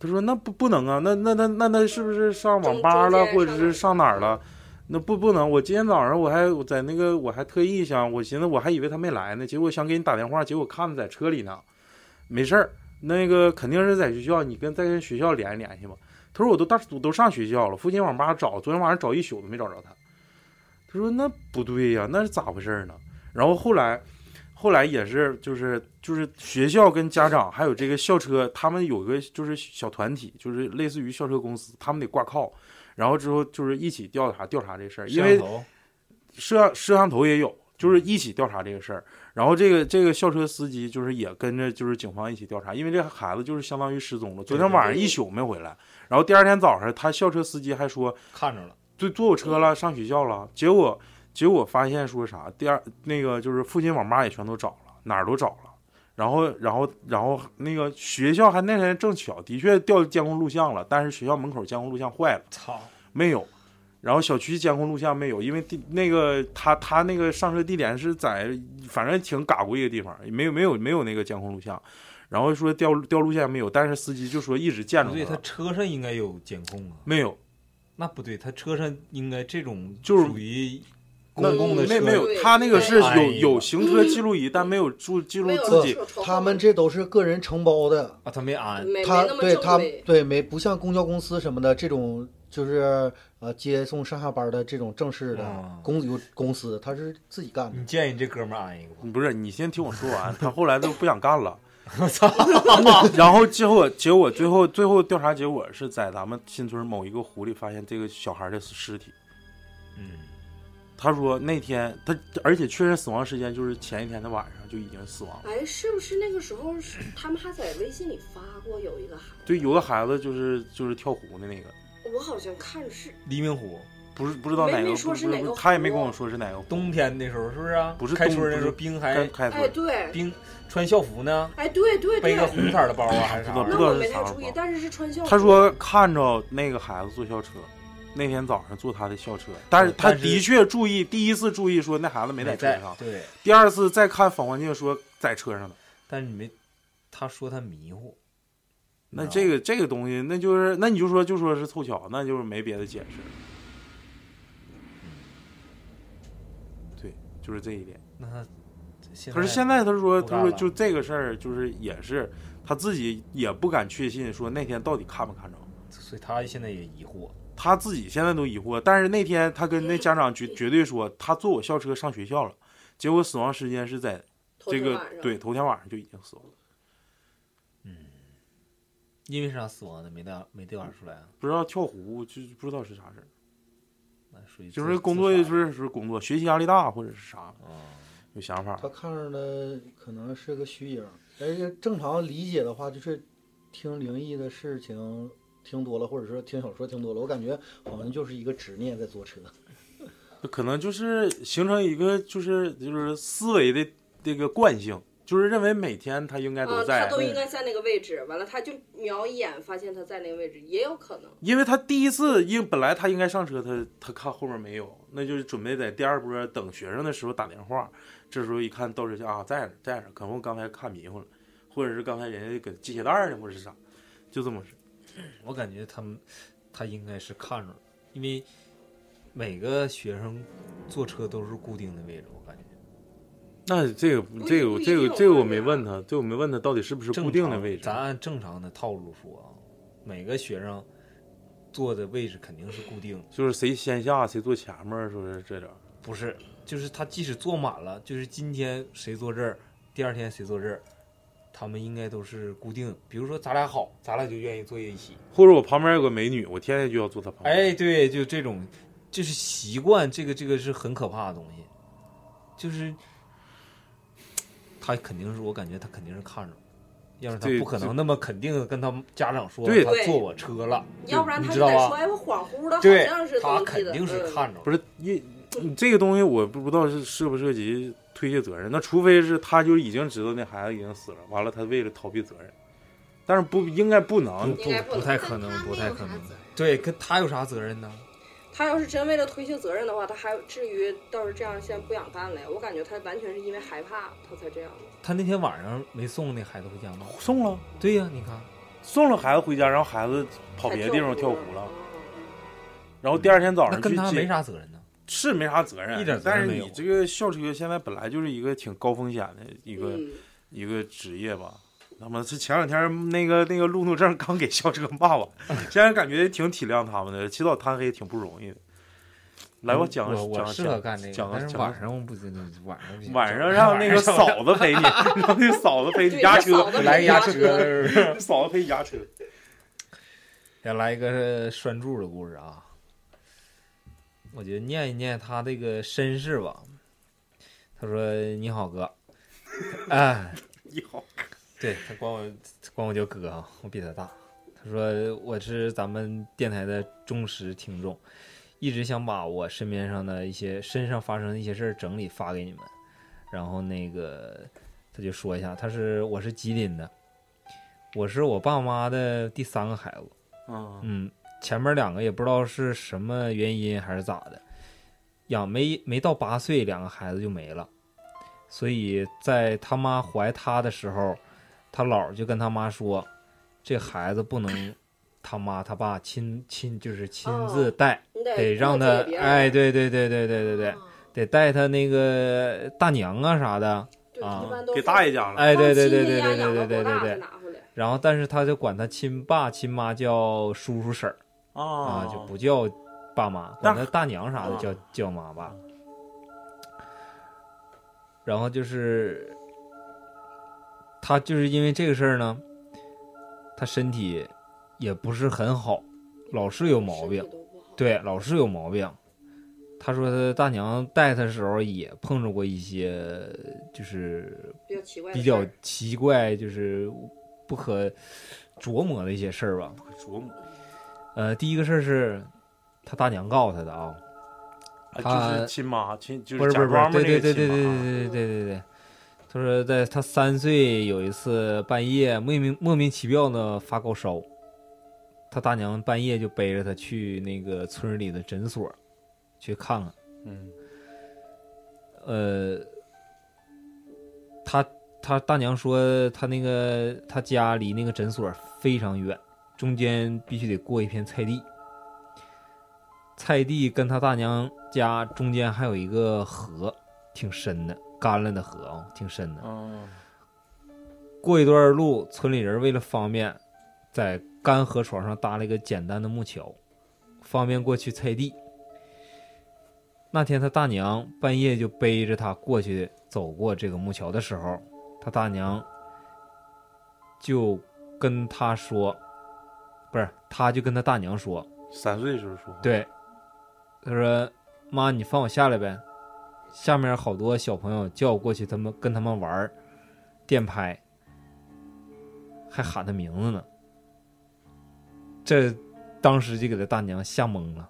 他说那不不能啊，那那那那那是不是上网吧了，
中中间
或者是上哪儿了？那不不能，我今天早上我还我在那个我还特意想，我寻思我还以为他没来呢，结果想给你打电话，结果看他在车里呢。没事儿，那个肯定是在学校，你跟再跟学校联系联系吧。他说我都到我都上学校了，附近网吧找，昨天晚上找一宿都没找着他。他说那不对呀、那是咋回事儿呢？然后后来，后来也是就是就是学校跟家长还有这个校车，他们有一个就是小团体，就是类似于校车公司，他们得挂靠，然后之后就是一起调查调查这事儿，因
摄
为
像头
摄像摄像头也有，就是一起调查这个事儿。然后这个这个校车司机就是也跟着就是警方一起调查，因为这孩子就是相当于失踪了，昨天晚上一宿没回来，然后第二天早上他校车司机还说
看着了，
就坐我车了，上学校了，结果结果发现说啥，第二那个就是附近网吧也全都找了，哪儿都找了。然后，然后，然后那个学校还那天正巧，的确调监控录像了，但是学校门口监控录像坏了。
操，
没有。然后小区监控录像没有，因为地那个他他那个上车地点是在反正挺嘎咕一个地方，没有没有没有那个监控录像。然后说调调录像没有，但是司机就说一直见
不
着
对，
他
他车上应该有监控啊，
没有，
那不对，他车上应该这种
就是
属于
那
公共的
没
车，
没有，
对
他那个是
哎
有
呀
有行车记录仪，但没有注记录
没有
自己
说说
他们这都是个人承包的，
啊，他没安，
没没
他
那么
对他
正规，
对没不像公交公司什么的这种，就是呃接送上下班的这种正式
啊
的公有公司，他是自己干的。
你建议这哥们儿安一个吧？
不是，你先听我说完。他后来都不想干了，然后结果结果最后最后调查结果是在咱们新村某一个湖里发现这个小孩的尸体。
嗯，
他说那天他而且确认死亡时间就是前一天的晚上就已经死亡了。
哎，是不是那个时候是他们还在微信里发过有一个孩子？
对，有个孩子就是就是跳湖的那个，
我好像看是
黎明湖，
不是不知道
没
哪个，
没
不
说
是
是哪
不
个
他也没
湖啊
跟我说是哪个湖。
冬天那时候是不是啊？
不是
开
冬
春
不
那时
是
候冰
开
还
开
哎，
村，
对
冰穿校服呢，
哎对对
背
对
个，红色儿的 包啊还是啥
不知
玩意
那
儿？
我
不知道
没太
是啥
注
吧
意，但是是穿校服。
他说看着那个孩子坐校车，那天早上坐他的校车，但是他
但是
的确注意，第一次注意说那孩子没在车
在
上，
对，
第二次再看反光镜说在车上呢。
但是你没，他说他迷糊，
那
你知道
这
吗
个这个东西，那就是那你就说就说是凑巧，那就是没别的解释。对，就是这一点。
那他现
可是现
在
在他说，
不
他
干
说
了
就这个事儿，就是也是他自己也不敢确信，说那天到底看没看着。
所以他现在也疑惑，
他自己现在都疑惑，但是那天他跟那家长绝绝对说，他坐我校车上学校了，结果死亡时间是在
头
这
天
个
晚上
对头天晚上就已经死亡了，
因为啥死亡的没调没调查出来啊？
不知道跳湖就不知道是啥事儿，
那属于
就是
自
工作
自
就
杀
是是工作，学习压力大或者是啥
啊，
有想法
他，看着的可能是个虚影，但是正常理解的话，就是听灵异的事情听多了，或者说听小说听多了，我感觉好像就是一个执念在坐车。
可能就是形成一个就是就是思维的这个惯性，就是认为每天他应该
啊
都，
他
在，
都应该在那个位置。完了，他就瞄一眼，发现他在那个位置，也有可能。
因为他第一次，因为本来他应该上车，他他看后面没有，那就是准备在第二波等学生的时候打电话。这时候一看到车啊，在呢，在呢，可能我刚才看迷糊了，或者是刚才人家搁系鞋带儿呢，或者是啥，就这么事。
我感觉他们他应该是看着了，因为每个学生坐车都是固定的位置，我感觉
那这个
不
这个
不一定
这个这个我没
我感觉
问他，这个我没问他到底是不是
正
固定的
常
位置
咱。按正常的套路说啊，每个学生坐的位置肯定是固定的，
就是谁先下谁坐前面儿，说是这点儿
不是，就是他即使坐满了，就是今天谁坐这儿，第二天谁坐这儿。他们应该都是固定，比如说咱俩好，咱俩就愿意坐一起。
或者我旁边有个美女，我天天就要坐她旁边。
哎，，对，就这种，就是习惯，这个这个是很可怕的东西，就是他肯定是我感觉他肯定是看着了，要是他
对
不可
对
能那么肯定的跟他家长说
对
他坐我车了，
要不然
你
他
知
就
道
得
吧
说，哎，我恍惚的，
对
好像是，
他
怎么记
肯
得
定是
嗯
看着了
不，是因嗯这个东西我不知道是涉不涉及推卸责任，那除非是他就已经知道那孩子已经死了，完了他为了逃避责任，但是不应该不能，
应该不
不
能
太可能，不太可能。对，跟他有啥责任呢？
他要是真为了推卸责任的话，他还至于倒是这样，现在不想干了呀？我感觉他完全是因为害怕，他才这样的。
他那天晚上没送那孩子回家吗？
送了
对呀、你看，
送了孩子回家，然后孩子跑别的地方跳湖了，
嗯
然后第二天早
那
上
跟
去
他没
接，
啥责任呢。
是没啥责任，
一点责
但
任
是
没有
你这个校车现在本来就是一个挺高风险的一个、
嗯，
一个职业吧。他妈是前两天那个那个路怒症刚给校车骂完，现在感觉挺体谅他们的，起早贪黑挺不容易的。来吧，我讲
我
个
我
讲个
适
讲
合干这
讲
个，
个
但是
讲个
晚上我不知道，晚上不行
晚上让那个嫂子陪你， 让那个嫂子陪你
对
压
让
车
嫂，子
来
陪
一
你
压
压
车
车
是不 是？
嫂子陪你压车。
要来一个拴柱的故事啊，我觉得念一念他这个身世吧。他说：“你好，哥。”哎，
你好，
对他管我管我叫哥啊，我比他大。他说我是咱们电台的忠实听众，一直想把我身边上的一些身上发生的一些事儿整理发给你们。然后那个他就说一下，他是我是吉林的，我是我爸妈的第三个孩子。
嗯，
嗯，前面两个也不知道是什么原因还是咋的，养没没到八岁，两个孩子就没了。所以在他妈怀他的时候，他姥儿就跟他妈说，这孩子不能他妈他爸亲亲就是亲
哦
自带，
你得
得让
了
他
解别人
哎，对对对对对对对，
啊
得带他那个大娘啊啥的，
对，
啊
一般都
给
是
大爷讲了，
哎，
放
对
亲
对对
戚
对
家
对
养
对
到
对
多
对
大
对
才
对。
拿回来。
然后，但是他就管他亲爸亲妈叫叔叔婶儿啊，
啊，
就
哦
不叫爸妈，
那
管他大娘啥的
啊
叫叫妈爸。然后就是他就是因为这个事儿呢，他身体也不是很好，老是有毛病
身。体都不好，
对，老是有毛病。他说他大娘带他时候也碰着过一些，就是
比较奇怪的
比
事儿，
较奇怪，就是不可琢磨的一些事儿吧。
琢磨，
呃，第一个事儿是他大娘告诉他的啊，
啊就
他
是亲妈亲，就
不是不
假
是不是，
装嘛
对
那
对
个
对对
亲
对
妈啊，
对对对对对。他说在他三岁有一次半夜莫名莫名其妙的发高烧，他大娘半夜就背着他去那个村里的诊所去看看。
嗯，
呃，他他大娘说他那个他家离那个诊所非常远，中间必须得过一片菜地。菜地跟他大娘家中间还有一个河，挺深的，干了的河啊，挺深的。
嗯
过一段路，村里人为了方便，在干河床上搭了一个简单的木桥，方便过去菜地。那天他大娘半夜就背着他过去，走过这个木桥的时候，他大娘就跟他说，不是，他就跟他大娘说，
三岁时候说话，
对，他说：“妈，你放我下来呗，下面好多小朋友叫我过去，他们跟他们玩儿电拍，还喊他名字呢。”这当时就给他大娘吓懵了，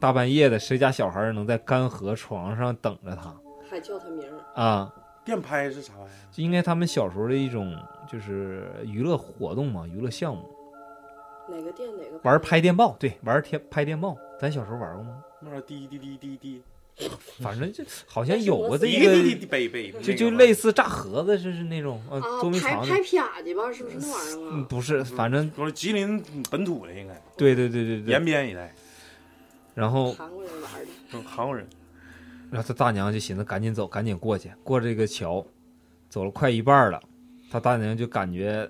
大半夜的，谁家小孩儿能在干河床上等着他
还叫他名儿，
啊？
电拍是啥玩意儿？
就应该他们小时候的一种就是娱乐活动嘛，娱乐项目，
哪个店哪个
玩儿拍电报，对，玩儿天拍电报，咱小时候玩过
嗯
吗？
那玩意儿滴滴滴滴滴，
反正就好像
但是
有
我
过这
记
一
滴
个
滴滴滴北北，
就
那
就
个
类
吧
似炸盒子，就是那种呃
啊
捉迷
拍
藏的
拍，啪的吧，是不是那玩意儿
嗯，
啊？
不是，反正
我说吉林本土的应该，
对对对对
延
对。
边一带，
然后，
韩国人玩的，
嗯韩国人，
然后他大娘就寻思赶紧走，赶紧过去，过这个桥，走了快一半了，他大娘就感觉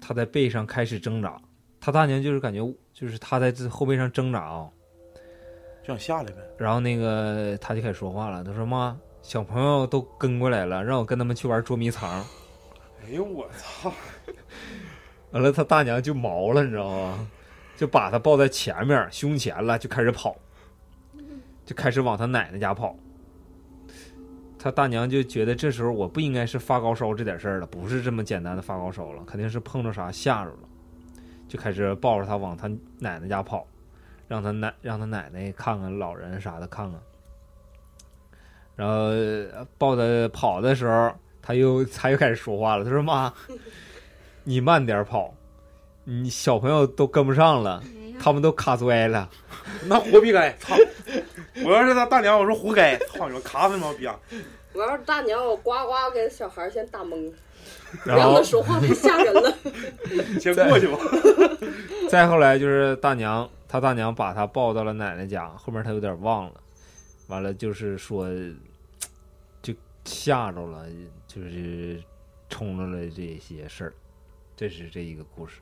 他在背上开始挣扎，他大娘就是感觉就是他在这后背上挣扎啊、
就想下来呗。
然后那个他就开始说话了，他说妈，小朋友都跟过来了，让我跟他们去玩捉迷藏。
哎呦我操！
完了，他大娘就毛了，你知道吗？就把他抱在前面胸前了，就开始跑，就开始往他奶奶家跑。他大娘就觉得这时候我不应该是发高烧这点事儿了，不是这么简单的发高烧了，肯定是碰着啥吓着了，就开始抱着他往他奶奶家跑，让他奶让他奶奶看看老人啥的看看。然后呃抱他跑的时候，他又他又开始说话了，他说妈，你慢点跑，你小朋友都跟不上了，
哎呀
他们都卡摔了。
那活逼该，操！我要是他大娘，我说活该，操你妈，卡死你妈逼样！
我要是大娘，我呱呱给小孩儿先打懵，不
然
让
后
他说话太吓人 了。
先过去吧。
再后来就是大娘，他大娘把他抱到了奶奶家，后面他有点忘了，完了就是说，就吓着了，就是冲着了这些事儿。这是这一个故事，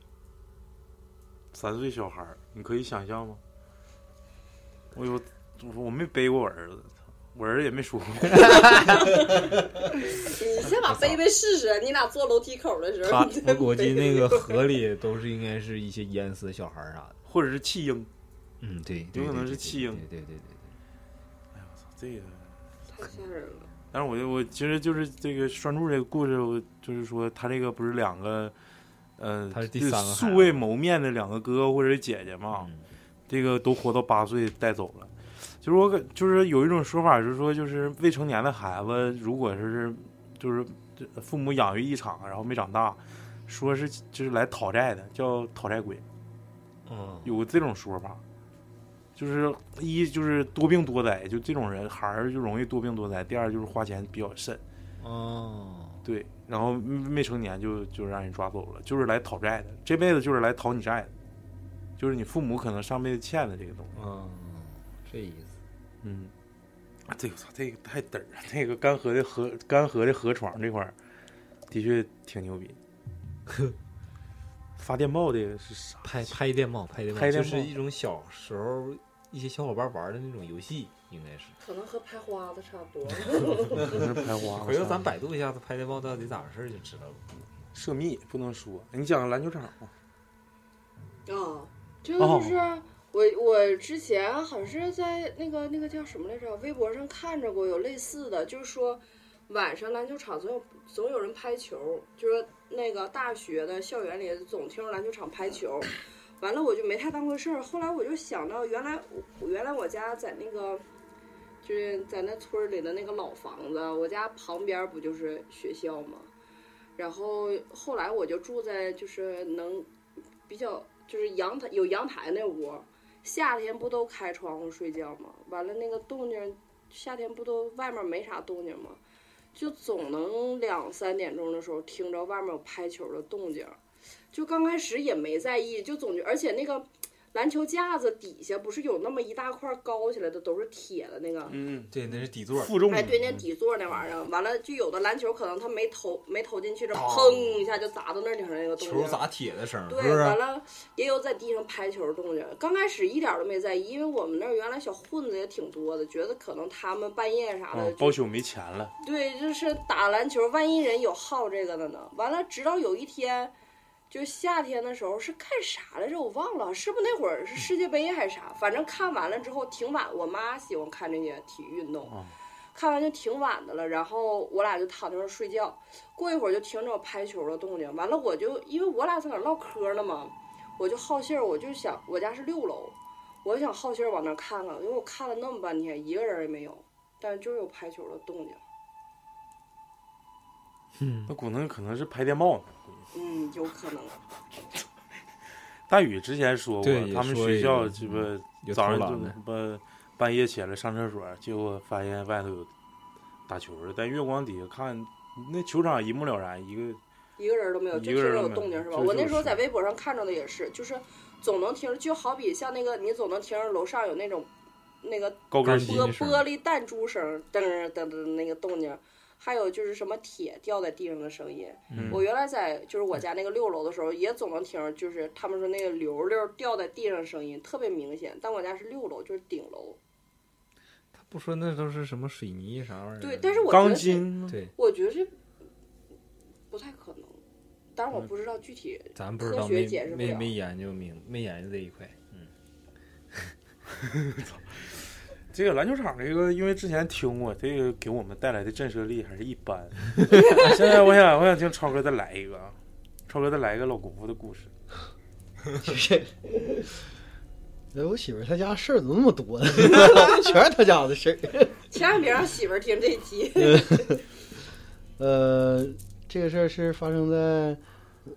三岁小孩儿，你可以想象吗？我有，我说我没背过我儿子，我儿子也没说过。
你先把背背试试，你俩坐楼梯口的时候，
他
你再
我估计
背
那个河里都是应该是一些淹死的小孩儿啥的。
或者是弃婴。
嗯，对，对
有可能
对
是
对
弃婴
对对对对对。
哎呀，我操，这个！
太吓人了。
但是我就我其实就是这个栓柱这个故事，我就是说他这个不是两个，呃，
他是第
就
三个孩
素
子
未谋面的两个哥哥或者是姐姐嘛，
嗯
这个都活到八岁带走了。就是我感，就是有一种说法是说，就是未成年的孩子，如果是就是父母养育一场，然后没长大，说是就是来讨债的，叫讨债鬼，
嗯，
有这种说法。就是一就是多病多灾，就这种人孩儿就容易多病多灾。第二就是花钱比较慎，
哦，
对，然后未成年就就让人抓走了，就是来讨债的，这辈子就是来讨你债的。就是你父母可能上辈子欠的这个东西。
啊，这意思。
嗯，这个操，这个太嘚儿了。那个干涸的河，干涸的河床这块儿，的确挺牛 逼。发电报这个是啥？
拍拍电报，拍电报，
拍电
就
报
是一种小时候一些小伙伴玩的那种游戏，应该是。
可能和拍花子差不多。
可能是拍花了。
回头咱百度一下子拍电报到底咋回事儿就知道了。
涉密不能说。你讲篮球场吗？
啊，这个就是、我我之前好像是在那个那个叫什么来着，微博上看着过有类似的，就是说晚上篮球场总有总有人拍球，就是那个大学的校园里总听说篮球场拍球。完了我就没太当回事儿，后来我就想到，原来我原来我家在那个，就是在那村儿里的那个老房子，我家旁边儿不就是学校吗？然后后来我就住在就是能比较就是阳台有阳台那屋，夏天不都开窗户睡觉吗？完了那个动静，夏天不都外面没啥动静吗？就总能两三点钟的时候听着外面有拍球的动静，就刚开始也没在意，就总觉而且那个篮球架子底下不是有那么一大块高起来的都是铁的那个，
嗯，
对，那是底座儿，
负重。嗯
哎，对，那
嗯
底座那玩意儿，啊完了就有的篮球可能他没投没投进去，这砰一下就砸到那顶上那个动静
哦球
儿。
砸铁的声儿，是
对，
不是？
完了也有在地上拍球的动静。刚开始一点儿都没在意，因为我们那儿原来小混子也挺多的，觉得可能他们半夜啥
哦
的
嗯，
就，
包宿没钱了，
对，就是打篮球，万一人有好这个的呢。完了，直到有一天，就夏天的时候是看啥来着，我忘了，是不是那会儿是世界杯还是啥？反正看完了之后挺晚，我妈喜欢看这些体育运动
哦，
看完就挺晚的了。然后我俩就躺那儿睡觉，过一会儿就听着我拍球的动静。完了，我就因为我俩在那儿唠嗑呢嘛，我就好信儿，我就想我家是六楼，我想好信儿往那儿看看，因为我看了那么半天，一个人也没有，但就是有拍球的动静。
嗯
那可能可能是拍电报呢。
嗯，有可能。
大宇之前说过
对，也
他们
说
学校
有嗯
鸡巴
有
早
投
上
篮
就
的
他妈半夜起来上厕所，结果发现外头有打球的，在月光底下看那球场一目了然，一个
一个人都没有，
一
就
个
听
人
着
都
有
没有
动静是吧？
就
我
就
那时候
是
在微博上看着的也是，就是总能听着，就好比像那个你总能听着楼上有那种那个
高跟
干
鞋
净。
玻
那声
玻璃弹珠声噔噔噔噔那个动静，还有就是什么铁掉在地上的声音。
嗯
我原来在就是我家那个六楼的时候，也总能听着，就是他们说那个溜溜掉在地上的声音特别明显，但我家是六楼，就是顶楼。
他不说那都是什么水泥啥玩意儿？
对，但是我觉
嗯钢
得这，
筋呢，
对，
我觉得这不太可能，当
嗯
然我不知道具体
咱不知道
科学
没
解释不
没
了
没研究明，没研究这一块。嗯，
这个篮球场这个，因为之前听过，这个给我们带来的震慑力还是一般。 现在我想，我想听超哥再来一个，啊，超哥再来一个老姑父的故事。
哎，我媳妇儿她家事儿怎么那么多呢？ 全是她家的事儿。
千万别让媳妇儿听这集。
呃，这个事儿是发生在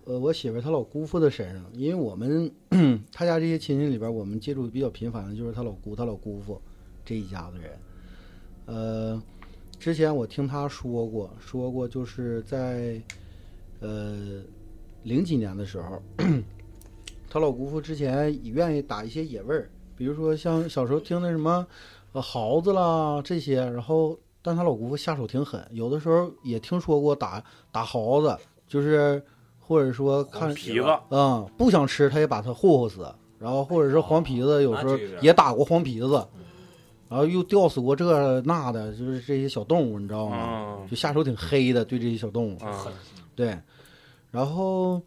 呃我媳妇儿她老姑父的身上，因为我们 她家这些亲戚里边儿，我们接触比较频繁的就是她老姑、她老姑父这一家子人。呃，之前我听她说过，说过就是在呃零几年的时候， 她老姑父之前也愿意打一些野味儿，比如说像小时候听的什么呃耗子啦这些，然后但她老姑父下手挺狠，有的时候也听说过打打耗子，就是或者说看
皮子，
嗯，不想吃他也把他霍霍死，然后或者是黄皮子，有时候
那这个
也打过黄皮子，然后又吊死过这那的，就是这些小动物，你知道吗？
嗯
就下手挺黑的，对这些小动物，
嗯
对。然后，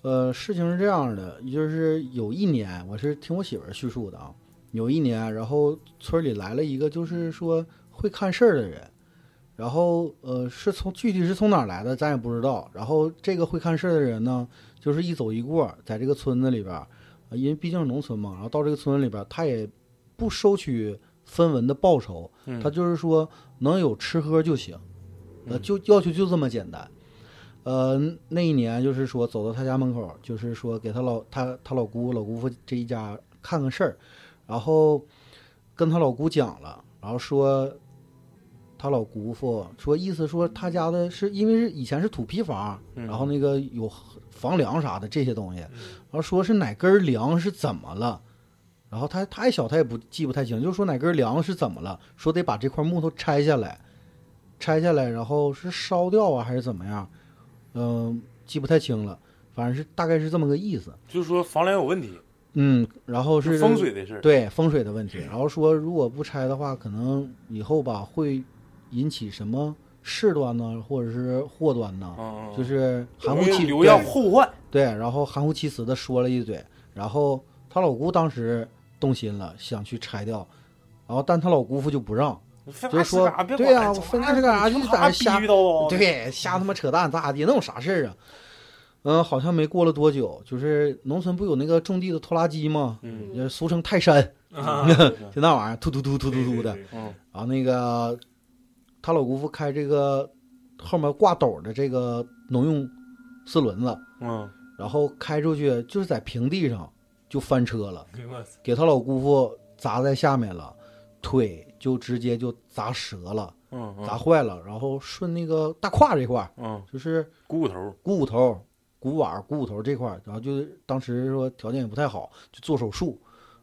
呃，事情是这样的，就是有一年，我是听我媳妇儿叙述的啊，有一年，然后村里来了一个，就是说会看事儿的人。然后，呃，是从具体是从哪儿来的，咱也不知道。然后这个会看事儿的人呢，就是一走一过，在这个村子里边儿，呃因为毕竟是农村嘛，然后到这个村子里边儿，他也不收取分文的报酬，
嗯
他就是说能有吃喝就行，呃，就要求就这么简单。呃，那一年就是说走到他家门口，就是说给他老他他老姑老姑父这一家看看事儿，然后跟他老姑讲了，然后说她老姑父说，意思说他家的是因为是以前是土坯房，
嗯
然后那个有房梁啥的这些东西，然后说是哪根梁是怎么了，然后他太小他也不记不太清，就说哪根梁是怎么了，说得把这块木头拆下来，拆下来然后是烧掉啊还是怎么样，嗯、记不太清了，反正是大概是这么个意思，
就是说房梁有问题，
嗯，然后是
风水的事儿。
对风水的问题，然后说如果不拆的话，可能以后吧会引起什么事端呢，或者是祸端呢？
嗯，嗯
就是含糊其
留下
对
后患。
对，然后含糊其辞的说了一嘴，然后她老姑当时动心了，想去拆掉，然后但她老姑父就不让，
废
就
话
是
是
说
啥别
对
管
呀
了
我
走
分
啊
开是干啥
你
就
他
在
妈
那瞎
逼
哦
叨啊
对，瞎他妈扯淡咋地？能有啥事儿啊？嗯，好像没过了多久，就是农村不有那个种地的拖拉机吗？
嗯
也俗称泰山，
啊，
就那玩意儿，突突突突突突
对，对
的。
对
嗯
然后那个她老姑父开这个后面挂斗的这个农用四轮子，
嗯，
然后开出去就是在平地上就翻车了，
对我操
给她老姑父砸在下面了，腿就直接就砸折了，
嗯
哦
嗯
砸坏了，然后顺那个大胯这块儿
嗯，
就是
股骨头，
股骨头、骨碗、股骨头这块儿，然后就是当时说条件也不太好，就做手术，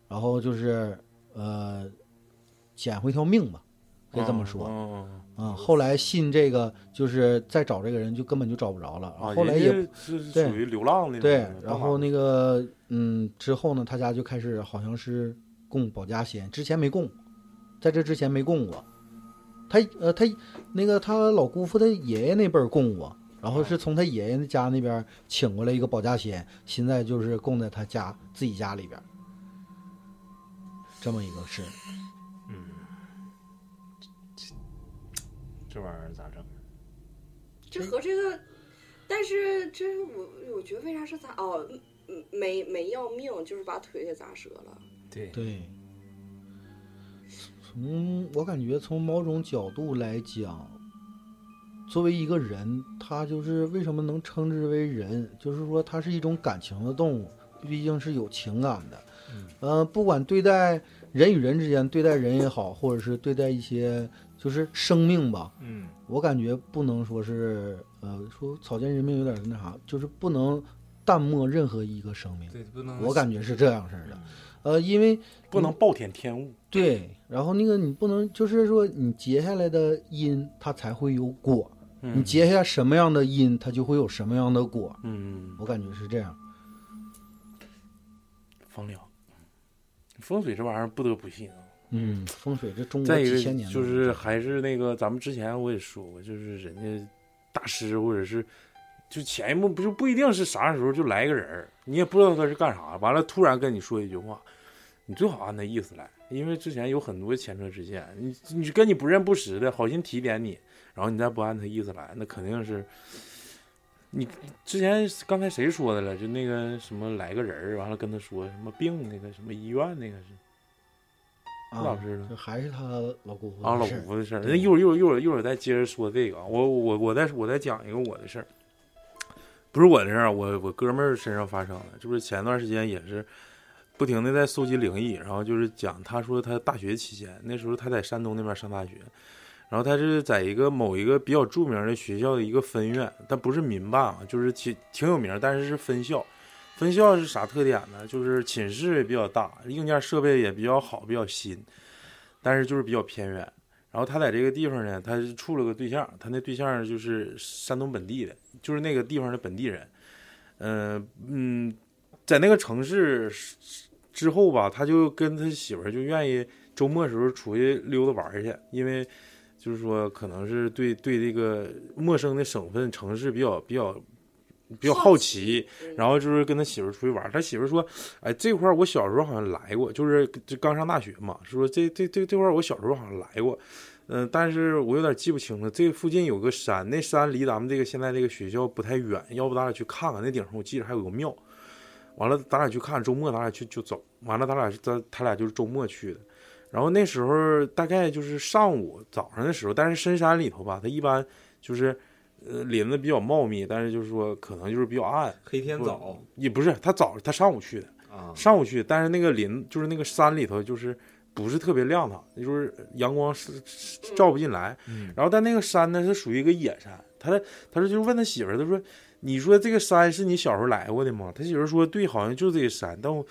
然后就是呃捡回条命吧，可以这么说。
嗯
嗯，后来信这个就是再找这个人就根本就找不着了，
嗯
然
啊，
后来也
人家是是
对
属于流浪的，
对，然后那个嗯之后呢，他家就开始好像是供保家仙，之前没供，在这之前没供过，他呃他那个他老姑父他爷爷那辈儿供过，然
啊
后是从他爷爷那家那边儿请过来一个保家仙，现在就是供在他家自己家里边儿，这么一个事儿，
这玩意儿咋整？
这和这个，但是这我我觉得为啥是砸哦，嗯没没要命，就是把腿给砸折了。
对，
对，从我感觉从某种角度来讲，作为一个人，他就是为什么能称之为人，就是说他是一种感情的动物，毕竟是有情感的。
嗯
呃，不管对待人与人之间，对待人也好，或者是对待一些就是生命吧，
嗯，
我感觉不能说是呃说草菅人命有点那啥，就是不能淡漠任何一个生命。
对，不能，
我感觉是这样式儿的
嗯。
呃，因为
不能暴殄天物，
对，然后那个你不能，就是说你结下来的因，它才会有果。你
嗯
结下什么样的因，它就会有什么样的果。
嗯，
我感觉是这样。
风凉，风水这玩意儿不得不信啊。
嗯，风水这中国
再一
几
个
千年的
就是还是那个，咱们之前我也说过，就是人家大师或者是就前一幕不就不一定是啥时候就来一个人儿，你也不知道他是干啥，完了突然跟你说一句话，你最好按他意思来，因为之前有很多前车之鉴，你你跟你不认不识的，好心提点你，然后你再不按他意思来，那肯定是。你之前刚才谁说的了？就那个什么来个人儿，完了跟他说什么病那个什么医院那个是
啊，
老师呢
这还是他老姑父
啊，
的
老
事儿
吴的事儿，
对
那一会儿一会儿一会儿一会儿再接着说这个啊，我我我再我再讲一个我的事儿，不是我的事儿啊，我我哥们儿身上发生的，就是前段时间也是不停的在搜集灵异，然后就是讲他说他大学期间，那时候他在山东那边上大学，然后他是在一个某一个比较著名的学校的一个分院，但不是民办啊，就是挺挺有名，但是是分校。分校是啥特点呢？就是寝室也比较大，硬件设备也比较好，比较新，但是就是比较偏远。然后他在这个地方呢，他是处了个对象，他那对象就是山东本地的，就是那个地方的本地人。嗯、嗯，在那个城市之后吧，他就跟他媳妇儿就愿意周末时候出去溜达玩儿去，因为就是说可能是对对这个陌生的省份城市比较比较比较好
好
奇，
嗯
然后就是跟他媳妇儿出去玩儿，他媳妇儿说：“哎，这块儿我小时候好像来过，就是就刚上大学嘛，说这这这这块儿我小时候好像来过，嗯、但是我有点记不清了。这附近有个山，那山离咱们这个现在这个学校不太远，要不咱俩去看看？那顶上我记着还有个庙。完了，咱俩去看，周末咱俩去就走。完了，咱俩咱他俩就是周末去的。然后那时候大概就是上午早上的时候，但是深山里头吧，它一般就是呃林子比较茂密，但是就是说可能就是比较暗，
黑天早
也不是他早他上午去的，
啊，
上午去，但是那个林就是那个山里头，就是不是特别亮堂，就是阳光是是照不进来。然后但那个山呢是属于一个野山，他他说就是问他媳妇儿，他说你说这个山是你小时候来过的吗？他媳妇儿说对，好像就这个山，但我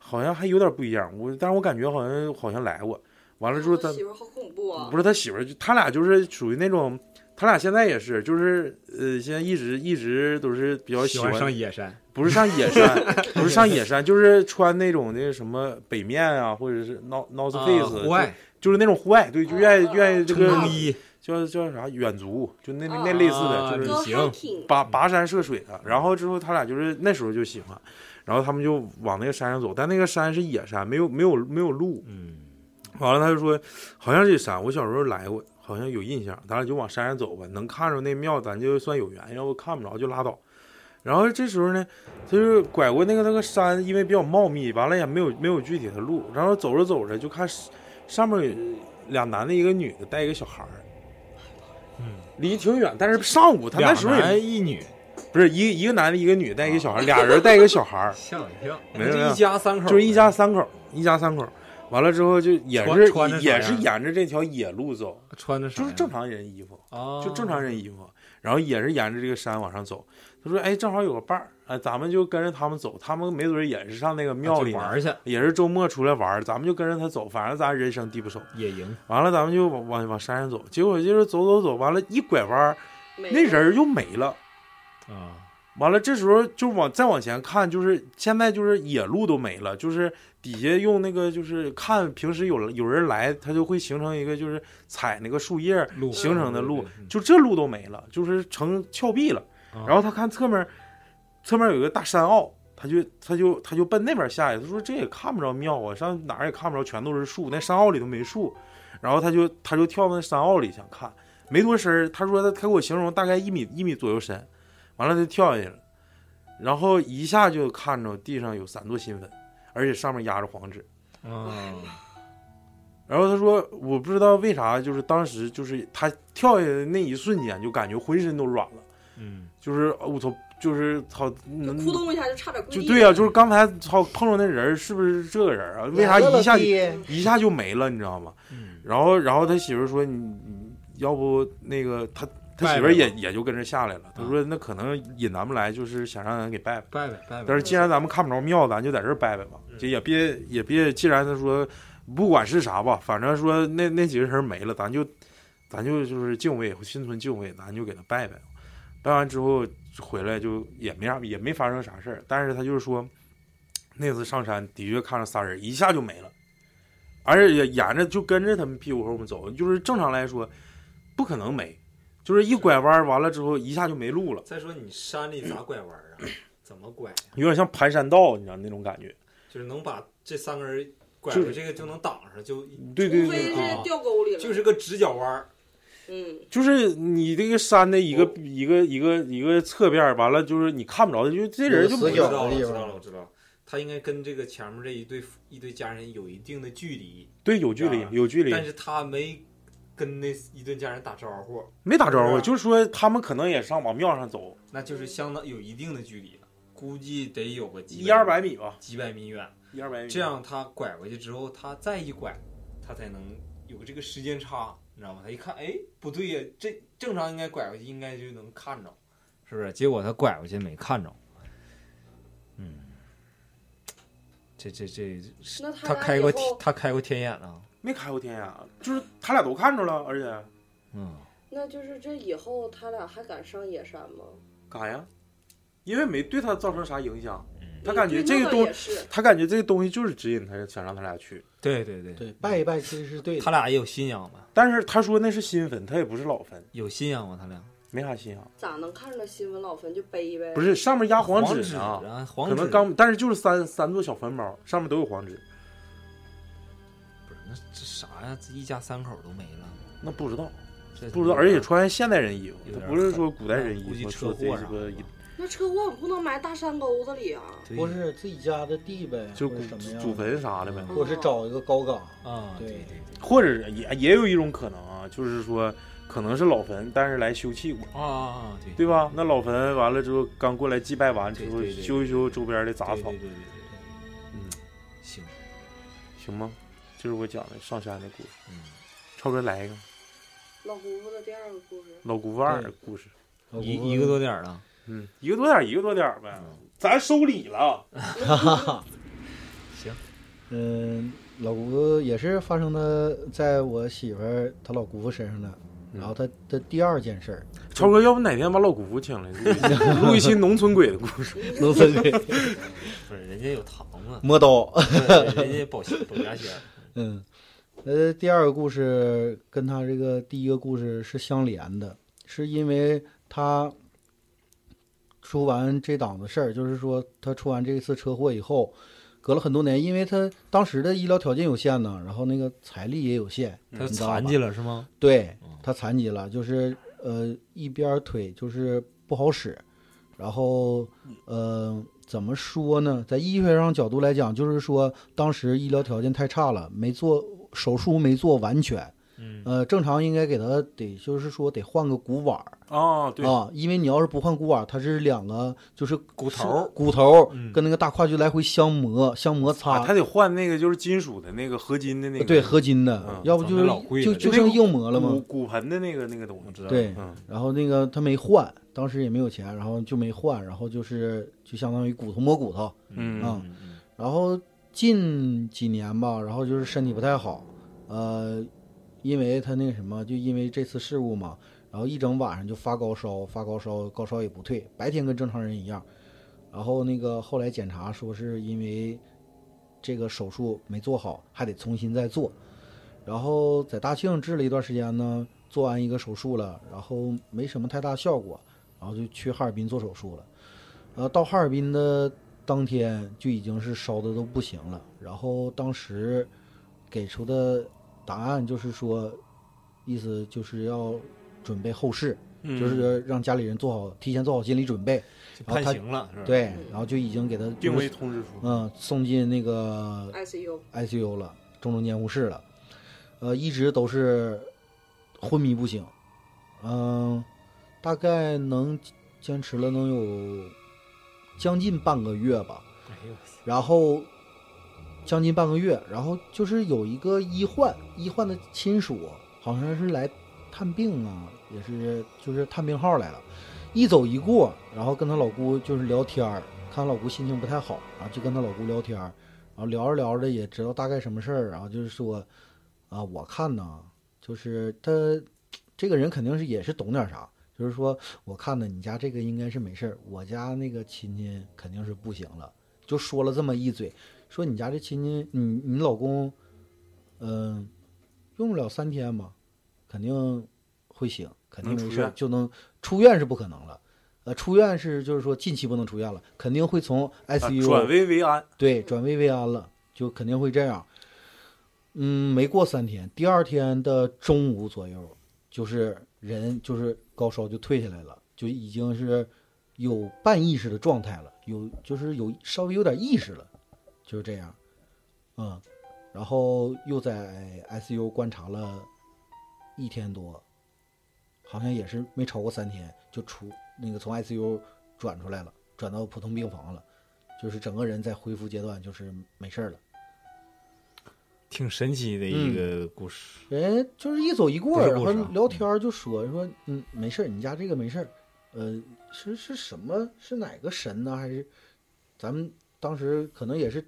好像还有点不一样，我但是我感觉好像好像来过。完了之后
他
他
媳妇儿好恐怖啊！
不是他媳妇儿，就他俩就是属于那种，他俩现在也是，就是呃，现在一直一直都是比较喜欢，
上野山，
不是上野 山，不是上野山，就是穿那种那个什么北面啊，或者是 North North
啊
Face，、
户外啊
就就是那种户外，对，就愿意愿意这
冲
个
锋衣，
叫叫啥远足，就那那
啊
那类似的，
啊
就是
都
旅行
hiking，
跋
嗯
跋山涉水的。然后之后他俩就是那时候就喜欢，然后他们就往那个山上走，但那个山是野山，没有没有没有路，
嗯，
完了，他就说，好像这山，我小时候来过，好像有印象。咱俩就往山上走吧，能看着那庙，咱就算有缘；要不看不着就拉倒。然后这时候呢，他就是拐过那个那个山，因为比较茂密，完了也没有没有具体的路。然后走着走着就看上面有俩男的，一个女的，带一个小孩儿。
嗯，
离挺远，但是上午他那时候
两
也
男一女，
不是一一个男的，一个女的带一个
啊
小孩儿，俩人带一个小孩 儿，
吓我一跳，
没有没
这
有
一家三口儿，
就是一家三口儿，一家三口儿。完了之后就也
穿
是
穿着啥
也是
样
沿着这条野路走，
穿的啥
就
呀
是正常人衣服，
啊，
就正常人衣服，然后也是沿着这个山往上走。他说：“哎，正好有个伴儿，哎，咱们就跟着他们走。他们没准儿也是上那个
啊
庙
就
里呢
玩儿去，
也是周末出来玩儿，咱们就跟着他走，反正咱人生地不熟。
野营，
完了，咱们就往往往山上走。结果就是走走走，完了，一拐弯儿，
没
那人儿又没了。
啊，
完了，这时候就往再往前看，就是现在就是野路都没了，就是底下用那个就是看平时有有人来，它就会形成一个就是踩那个树叶儿
路
形成的路，
嗯
就这路都没了，就是成峭壁了。
啊
然后他看侧面，侧面有一个大山坳，他就他就他就奔那边下去。他说这也看不着庙啊，上哪儿也看不着，全都是树，那山坳里头没树。然后他就他就跳到那山坳里想看，没多深儿他说他他给我形容大概一米一米左右深，完了他就跳下去了，然后一下就看着地上有三垛新粉，而且上面压着黄纸。
啊，
然后他说：“我不知道为啥，就是当时就是他跳下来的那一瞬间，就感觉浑身都软了，
嗯，
就是呃我操，就是操，
就
能
扑通一下就差点跪
就
地
对呀、啊就是刚才操碰着那人儿是不是这个人儿啊？为啥一下就
嗯
就
一下就没了，你知道吗？
嗯
然后然后他媳妇儿说：你你要不那个他他媳妇儿也也就跟着下来了。他说那可能引咱们来就是想让咱给拜拜。”
拜拜拜拜，
但是既然咱们看不着庙，咱就在这儿拜拜吧，就也别也别，既然他说不管是啥吧，反正说那那几个人没了，咱就咱就就是敬畏，心存敬畏，咱就给他拜拜。拜完之后回来就也没啥，也没发生啥事儿。但是他就是说，那次上山的确看着仨人一下就没了，而且也沿着就跟着他们屁股后面走，就是正常来说不可能没，就是一拐弯儿完了之后一下就没路了，
再说你山里咋拐弯 儿啊？怎么拐？
有点像盘山道，你知道那种感觉。
就是能把这三根儿拐
就
着这个就能挡上，就
对对哦
除
对对。
非是掉沟里了，
就是个直角弯儿，
嗯，
就是你这个山的一个一个一个一个侧边儿，完了就是你看不着的，就是这人就不
有
我
死角
知道了，我
的地
知道
方
了，我知道了。他应该跟这个前面这一对夫一对家人有一定的距离，
对有距离
啊，
有距离
但，是他没跟那一对家人打招呼，
没打招
是啊
呼，
吧
就是说他们可能也上往庙上走
那就是相当有一定的距离了，估计得有个几
一二百米吧，
几百米远。
一二百米。
这样他拐过去之后，他再一拐，他才能有个这个时间差，你知道吗？他一看，哎，不对呀，这正常应该拐过去，应该就能看着，是不是？结果他拐过去没看着，嗯，这这这，
那他
他
俩
开
以
过
后
天，他开过天眼啊，
没开过天呀，就是他俩都看着了，而且
嗯，
那就是这以后他俩还敢上野山吗？
干啥呀？因为没对他造成啥影响，他
嗯
感觉
对
这
那
个
倒
东
也，是
他感觉这个东西就是指引他，想让他俩去。
对对对，
对拜一拜其实是对
他
的，
俩也有信仰吧？
但是他说那是新坟，他也不是老坟，
有信仰吗？他俩
没啥信仰。
咋能看着新闻老坟就背呗？
不是上面压
黄
纸呢，
啊，黄
可
纸
能刚，但是就是三三座小坟包，上面都有黄纸。
不是那这啥呀？这一家三口都没了，
那不知道，
这
不知道，而且穿现代人衣服，
有
他
点啊
不是说古代人
估
衣
计
服，
车
说
祸
这
啥
是个
的吧
那车祸不能埋大山沟子里啊！
对
或是自己家的地呗，
就
或
古
者什么样
祖
的，
坟啥的
嗯
呗，
或是找一个高岗，
啊，对
对
对对
或者是也也有一种可能啊，就是说可能是老坟，但是来修葺过，
啊啊啊，对
对吧？那老坟完了之后，刚过来祭拜完之后，
对对对
修一修周边的杂
对
草
对，对对对对，
嗯
行，
行吗？就是我讲的上山的故事。
嗯，
超哥来一个
老姑父的第二个故事，
老姑父二的故事，
一一个多点儿了，
嗯，一个多点儿一个多点儿呗，
嗯
咱收礼了。
嗯，老姑父也是发生的在我媳妇儿她老姑父身上的，
嗯
然后她的第二件事儿，
超哥，要不哪天把老姑父请来， 录一期农村鬼的故事。
农村鬼，
不是人家有糖啊
磨刀。
对人家保鲜保家仙儿，
嗯，呃，第二个故事跟他这个第一个故事是相连的，是因为他出完这档子事儿，就是说他出完这次车祸以后，隔了很多年，因为他当时的医疗条件有限呢，然后那个财力也有限，
嗯
他
你知道吧
残疾了是吗？
对
嗯
他残疾了，就是呃一边儿腿就是不好使，然后呃怎么说呢？在医学上角度来讲，就是说当时医疗条件太差了，没做手术没做完全，
嗯，
呃正常应该给他得就是说得换个骨碗儿
啊，对，
啊，因为你要是不换骨碗儿，它是两个就是
骨头儿
骨头儿
嗯
跟那个大胯就来回相磨相摩擦。
啊，他得换那个就是金属的那个合金的那个，
对合金的，
嗯
要不
咱
就
们老贵
是就
了
就
那个
剩硬膜了吗？
骨骨盆的那个那个东
我
西。
知道，
对
嗯，
然后那个他没换，当时也没有钱，然后就没换，然后就是就相当于骨头磨骨头，
嗯
啊
嗯嗯
然后近几年吧，然后就是身体不太好，呃，因为他那个什么，就因为这次事故嘛，然后一整晚上就发高烧，发高烧，高烧也不退，白天跟正常人一样，然后那个后来检查说是因为这个手术没做好，还得重新再做，然后在大庆治了一段时间呢，做完一个手术了，然后没什么太大效果，然后就去哈尔滨做手术了，然后到哈尔滨的当天就已经是烧的都不行了。然后当时给出的答案就是说，意思就是要准备后事，
嗯
就是让家里人做好提前做好心理准备。
就
然后
判
他
刑了是吧？
对，然后就已经给他
病危通知书。
嗯送进那个
ICU，
ICU 了，重症监护室了，呃，一直都是昏迷不醒，嗯、大概能坚持了能有将近半个月吧，
哎呦我操，
然后将近半个月，然后就是有一个医患，医患的亲属好像是来探病啊，也是就是探病号来了，一走一过，然后跟他老姑就是聊天儿，看老姑心情不太好，然后就跟他老姑聊天儿，然后聊着聊着也知道大概什么事儿，然后就是说啊，我看呢，就是他这个人肯定是也是懂点儿啥。就是说，我看呢，你家这个应该是没事儿，我家那个亲戚肯定是不行了。就说了这么一嘴，说你家这亲戚，你你老公，嗯、用不了三天吧，肯定会醒，肯定
能
没
出
事儿
院
就能出院是不可能了。呃，出院是就是说近期不能出院了，肯定会从
啊
ICU、
转危为安，
对，转危为安了，就肯定会这样。嗯，没过三天，第二天的中午左右，就是人就是高烧就退下来了，就已经是有半意识的状态了，有就是有稍微有点意识了，就是这样。嗯，然后又在 ICU 观察了一天多，好像也是没超过三天就出那个从 ICU 转出来了，转到普通病房了。就是整个人在恢复阶段，就是没事儿了。
挺神奇的一个故事，
人哎就是一走一过，
不是
然
故
后
事啊
聊天儿就说说，嗯，没事儿，你家这个没事儿。呃，是是什么？是哪个神呢？还是咱们当时可能也是，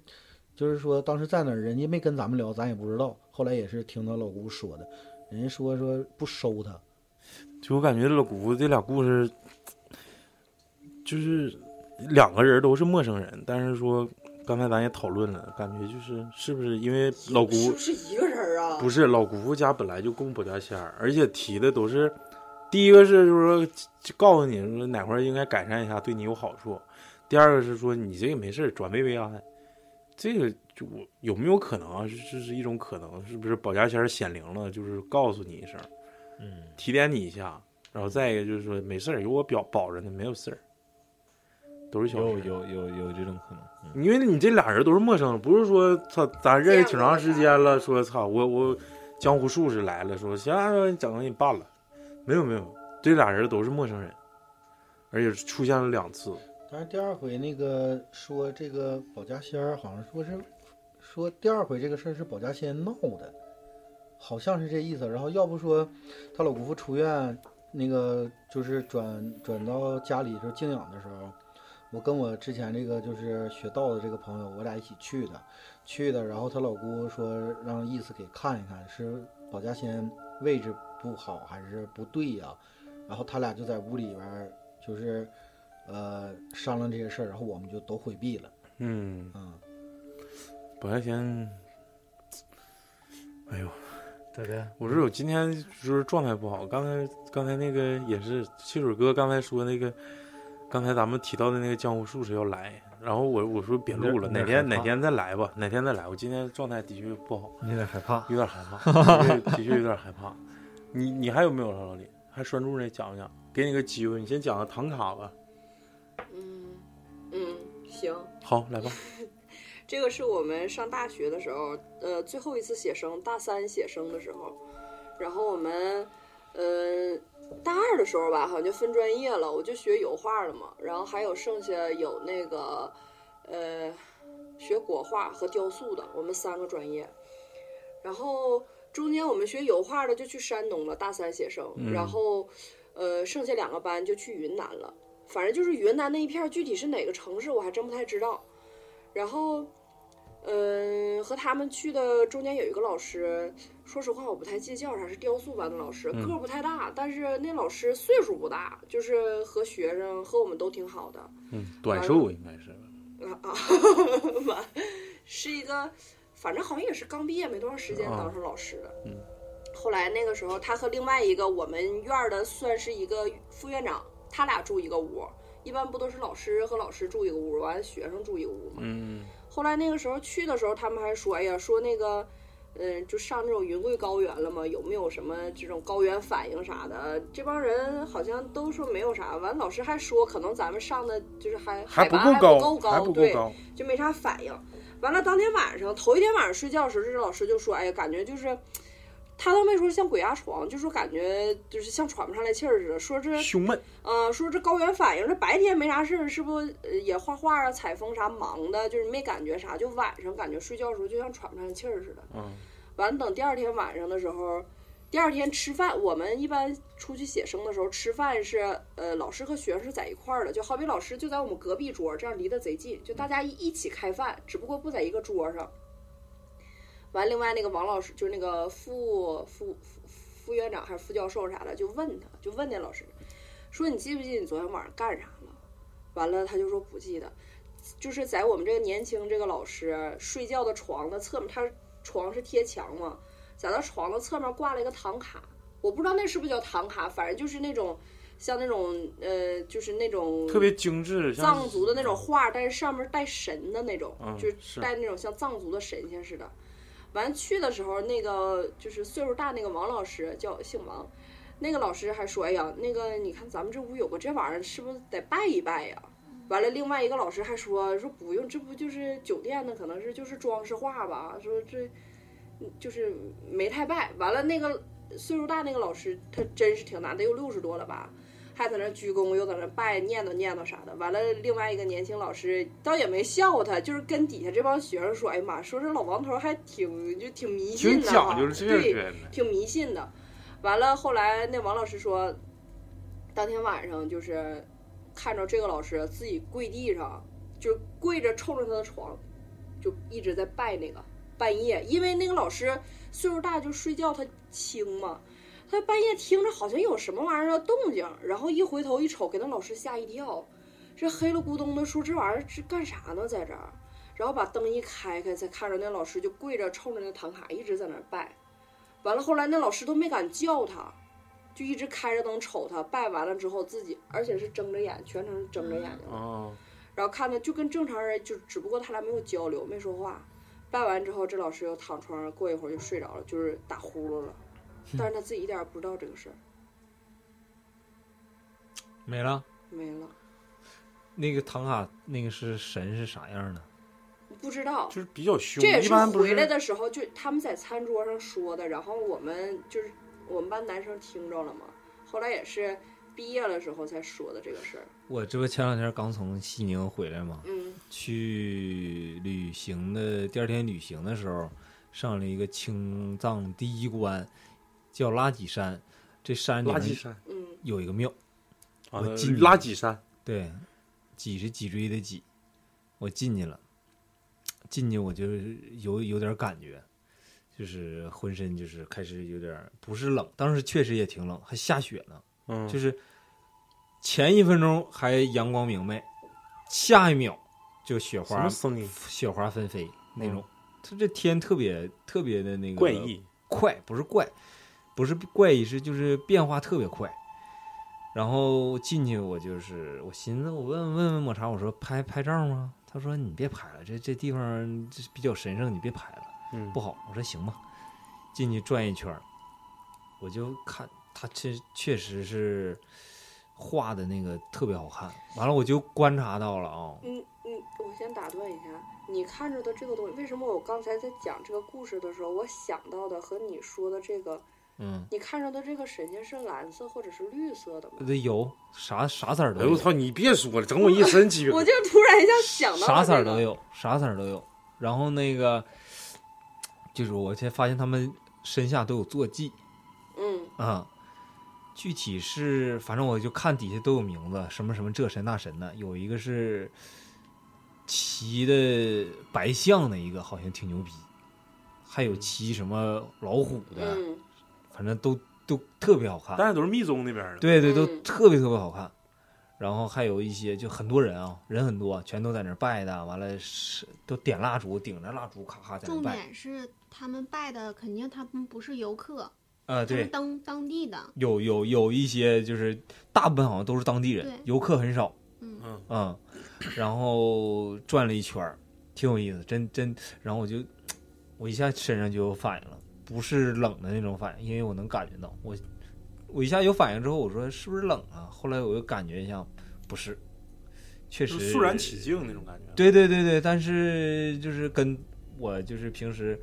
就是说当时在那儿，人家没跟咱们聊，咱也不知道。后来也是听他老姑说的，人家说说不收他，
就我感觉老姑父这俩故事，就是两个人都是陌生人，但是说刚才咱也讨论了，感觉就是是不是因为老姑
是不是一个人儿啊？
不是老姑父家本来就供保家仙儿，而且提的都是，第一个是就是说就告诉你说哪块儿应该改善一下，对你有好处；第二个是说你这个没事儿，转危为安。这个就我有没有可能啊？这这是一种可能，是不是保家仙儿显灵了，就是告诉你一声，
嗯，
提点你一下。然后再一个就是说没事儿，有我表保着呢，没有事儿，都是小
有
事儿。
有有有这种可能，嗯
因为你这俩人都是陌生人，不是说操咱认识挺长时间了，说操我我江湖术士来了，说行啊，整个给你办了，没有没有，这俩人都是陌生人，而且出现了两次，
但是第二回那个说这个保家仙儿好像说是说第二回这个事儿是保家仙闹的，好像是这意思。然后要不说她老姑父出院，那个就是转转到家里就是静养的时候，我跟我之前这个就是学道的这个朋友，我俩一起去的，去的。然后她老姑说让意思给看一看，是保家仙位置不好还是不对呀、然后他俩就在屋里边儿就是呃商量这些事儿，然后我们就都回避了。
嗯，
嗯，
保家仙，哎呦，
咋的？
我是我今天就是状态不好，刚才刚才那个也是汽水哥刚才说那个，刚才咱们提到的那个江湖术士要来，然后我我说别录了，
有点
哪天
害怕
哪天再来吧，哪天再来，我今天状态的确不好，
你有点害怕？
有点害怕，的确的确有点害怕。你你还有没有老李？还拴住那讲不讲？给你个机会，你先讲个唐卡吧。
嗯嗯，行，
好，来吧。
这个是我们上大学的时候，呃，最后一次写生，大三写生的时候，然后我们，呃，大二的时候吧，好像就分专业了，我就学油画了嘛，然后还有剩下有那个，呃，学国画和雕塑的，我们三个专业，然后中间我们学油画的就去山东了，大三写生，然后，呃，剩下两个班就去云南了，反正就是云南那一片儿，具体是哪个城市我还真不太知道。然后，嗯，和他们去的中间有一个老师，说实话我不太记得叫啥，是雕塑班的老
嗯
师，个儿不太大，但是那老师岁数不大，就是和学生和我们都挺好的。
嗯，短寿应该是。
啊啊， 完是一个，反正好像也是刚毕业没多长时间
啊
当上老师的。
嗯
后来那个时候，他和另外一个我们院儿的算是一个副院长，他俩住一个屋。一般不都是老师和老师住一个屋，完学生住一个屋吗？
嗯
后来那个时候去的时候，他们还说，哎呀，说那个，嗯，就上这种云贵高原了嘛，有没有什么这种高原反应啥的？这帮人好像都说没有啥。完，老师还说，可能咱们上的就是还
还
海
不
拔
够
高，
高，还不够
对，
高。
就没啥反应。完了，当天晚上，头一天晚上睡觉的时候，这老师就说：“哎呀，感觉就是，他倒没说像鬼压床，就说感觉就是像喘不上来气儿似的。说这，
胸闷，
呃，说这高原反应，这白天没啥事儿，是不是呃也画画啊、采风啥忙的，就是没感觉啥，就晚上感觉睡觉的时候就像喘不上气儿似的。
嗯
完了，等第二天晚上的时候，第二天吃饭，我们一般出去写生的时候吃饭是，呃，老师和学生是在一块儿的，就好比老师就在我们隔壁桌，这样离得贼近，就大家一一起开饭，只不过不在一个桌上。完，另外那个王老师就是那个副副副副院长还是副教授啥的，就问他，就问那老师，说你记不记得你昨天晚上干啥了？完了，他就说不记得，就是在我们这个年轻这个老师睡觉的床的侧面，他床是贴墙嘛，在他床的侧面挂了一个唐卡，我不知道那是不是叫唐卡，反正就是那种像那种呃，就是那种
特别精致，像
藏族的那种画，但是上面带神的那种，
嗯
就是
是
带那种像藏族的神仙似的。完去的时候，那个就是岁数大那个王老师叫姓王，那个老师还说：“哎呀，那个你看咱们这屋有个这玩意儿，是不是得拜一拜呀？”完了，另外一个老师还说：“说不用，这不就是酒店的，可能是就是装饰画吧？说这就是没太拜。”完了，那个岁数大那个老师，他真是挺难，得有六十多了吧？还在那鞠躬，又在那拜念叨念叨啥的。完了，另外一个年轻老师倒也没笑话他，就是跟底下这帮学生说：“哎呀妈，说这老王头还挺就挺迷信
挺
的哈，
讲究这
对
个的。
挺迷信的。完了，后来那王老师说，当天晚上就是看着这个老师自己跪地上，就是跪着冲着他的床，就一直在拜那个半夜，因为那个老师岁数大就睡觉他轻嘛，他半夜听着好像有什么玩意儿的动静，然后一回头一瞅，给那老师吓一跳，这黑了咕咚的说这玩意儿是干啥呢在这儿？然后把灯一开开，才看着那老师就跪着冲着那唐卡一直在那儿拜。完了，后来那老师都没敢叫他，就一直开着灯瞅他拜完了之后，自己而且是睁着眼，全程是睁着眼睛的，
啊，
然后看他就跟正常人，就只不过他俩没有交流，没说话。拜完之后，这老师又躺床上，过一会儿就睡着了，就是打呼噜了。
嗯
但是他自己一点儿也不知道这个事儿，
没了。
没了，
那个唐卡那个是神是啥样的？
不知道。
就是比较凶，
这也
一
是
般不
回来
是
的时候，就他们在餐桌上说的，然后我们就是我们班男生听着了嘛，后来也是毕业了之后才说的这个事儿。
我这不前两天刚从西宁回来嘛，
嗯
去旅行的第二天旅行的时候，上了一个青藏第一关，叫拉几山。这山里
垃圾
面
山
嗯
有一个庙，
啊，
我进
垃圾山，
对，脊是脊椎的脊，我进去了，进去我就是有有点感觉，就是浑身就是开始有点儿不是冷，当时确实也挺冷，还下雪呢，
嗯，
就是前一分钟还阳光明媚，下一秒就雪
什
花
么声音
雪花纷飞那种，它这天特别特别的那个
怪异，
快，不是怪，不是怪异，是就是变化特别快。然后进去我就是我寻思，我问问问抹茶，我说拍拍照吗？他说你别拍了，这这地方这比较神圣，你别拍了，
嗯
不好。我说行吧，进去转一圈儿，我就看他确确实是画的那个特别好看。完了我就观察到了啊、
嗯嗯，我先打断一下，你看着的这个东西，为什么我刚才在讲这个故事的时候，我想到的和你说的这个，
嗯，
你看着的这个神仙是蓝色或者是绿色的吗？
这有啥啥色儿
哎呦
都有
我，操！你别说了，整我一身鸡皮疙瘩。
我就突然一下想到
啥
了
色儿
这个
都，有，啥色儿都有。然后那个，就是我才发现他们身下都有坐骑
嗯
啊、具体是反正我就看底下都有名字，什么什么这神那神的，有一个是骑的白象的一个，好像挺牛逼，还有骑什么老虎的，
嗯
反正都都特别好看。
但是都是密宗那边的。，
对对，都
嗯
特别特别好看。然后还有一些就很多人啊，人很多，全都在那儿拜的，完了是都点蜡烛，顶着蜡烛咔咔在那儿
重
拜。
点是他们拜的肯定他们不是游客，
啊，
他们
对，
当当地的，
有有有一些就是大部分好像都是当地人
对，
游客很少，
嗯，
嗯，
嗯，然后转了一圈儿，挺有意思，真真，然后我就我一下身上就有反应了，不是冷的那种反应，因为我能感觉到，我我一下有反应之后，我说是不是冷啊？后来我又感觉一下，不是，确
就
实
是肃然起敬那种感觉。，
对对对对，但是就是跟我就是平时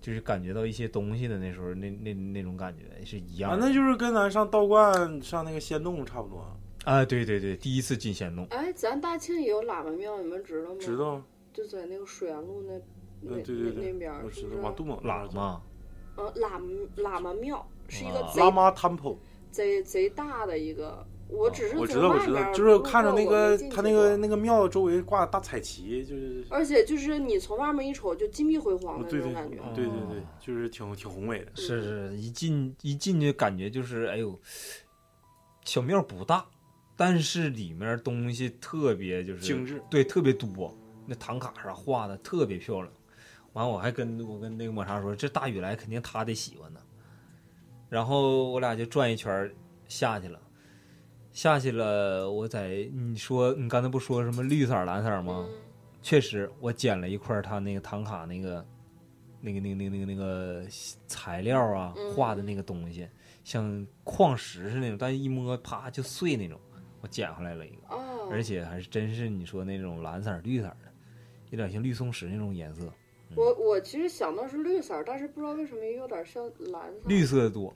就是感觉到一些东西的那时候那那那种感觉是一
啊
样，的
那就是跟咱上道观上那个仙洞差不多，
嗯
啊，对对对，第一次进仙洞，
哎，咱大庆也有喇嘛庙，你们知道吗？
知，道？
就在那个水源路那那
嗯，对对
那
对，
那边儿，
我
是
知
不
道，
是？
往杜某那边
喇嘛
呃，喇嘛喇嘛庙是一个
啊
走。
贼
喇嘛 temple，
贼贼大的一个，我只是
哦我知
从
道，我
外
知
面
道，
儿
就是
路
看着
过
那
我
个
没进
他
去
那个
过嗯
那个庙周围挂大彩旗，就是
而且就是你从外面一瞅就金碧辉煌的
哦对
那
对
种感
对
觉，
对
嗯
对，就是挺挺宏伟的。
是是，一进一进去感觉就是哎呦，小庙不大，但是里面东西特别就是
精致，
对，特别多，那唐卡上画的特别漂亮。完，我还跟我跟那个抹茶说，这大雨来肯定他得喜欢呢。然后我俩就转一圈儿下去了，下去了，我在你说你刚才不说什么绿色儿蓝色儿吗？
嗯
确实，我捡了一块儿他那个唐卡那个那个那个那个那个那个材料啊
嗯
画的那个东西，像矿石似的那种，但一摸啪就碎那种，我捡回来了一个。
哦，
而且还是真是你说那种蓝色儿、绿色儿的，有点像绿松石那种颜
哦
色，
我我其实想到是绿色儿，但是不知道为什么也有点像蓝色。
绿色的多。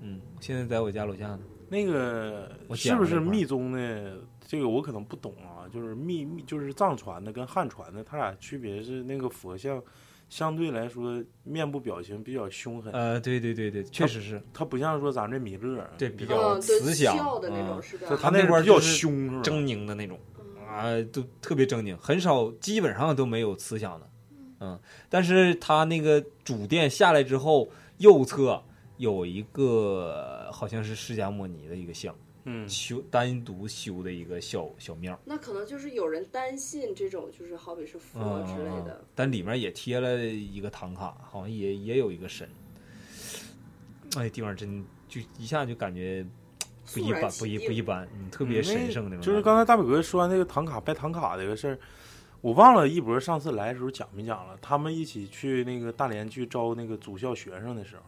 嗯，现在在我家楼下呢。
那个
我
是
捡
不
了
是
那块儿
密宗的？这个我可能不懂啊，就是密密就是藏传的跟汉传的，它俩区别是那个佛像相对来说面部表情比较凶狠，
呃，对对对对，确实是
它不像说咱这弥勒，
对比较
嗯，对，
慈祥
笑的那
嗯
种是吧
就？它
它那
那
块
块
儿
比较
就是
凶是吧？
狰狞的那种啊，都特别狰狞，很少，基本上都没有慈祥的。嗯，但是它那个主殿下来之后，右侧有一个好像是释迦摩尼的一个像，
嗯，
修单独修的一个小小庙。
那可能就是有人担心这种，就是好比是佛之类
嗯，
的。
但里面也贴了一个唐卡，好像也也有一个神。哎，地方真就一下就感觉不一
肃然
般，
起
不一
敬
不一般，嗯，特别神圣那种感觉。
就是刚才大伟哥说完那个唐卡拜唐卡这个事儿，我忘了一博上次来的时候讲没讲了。他们一起去那个大连去招那个主校学生的时候，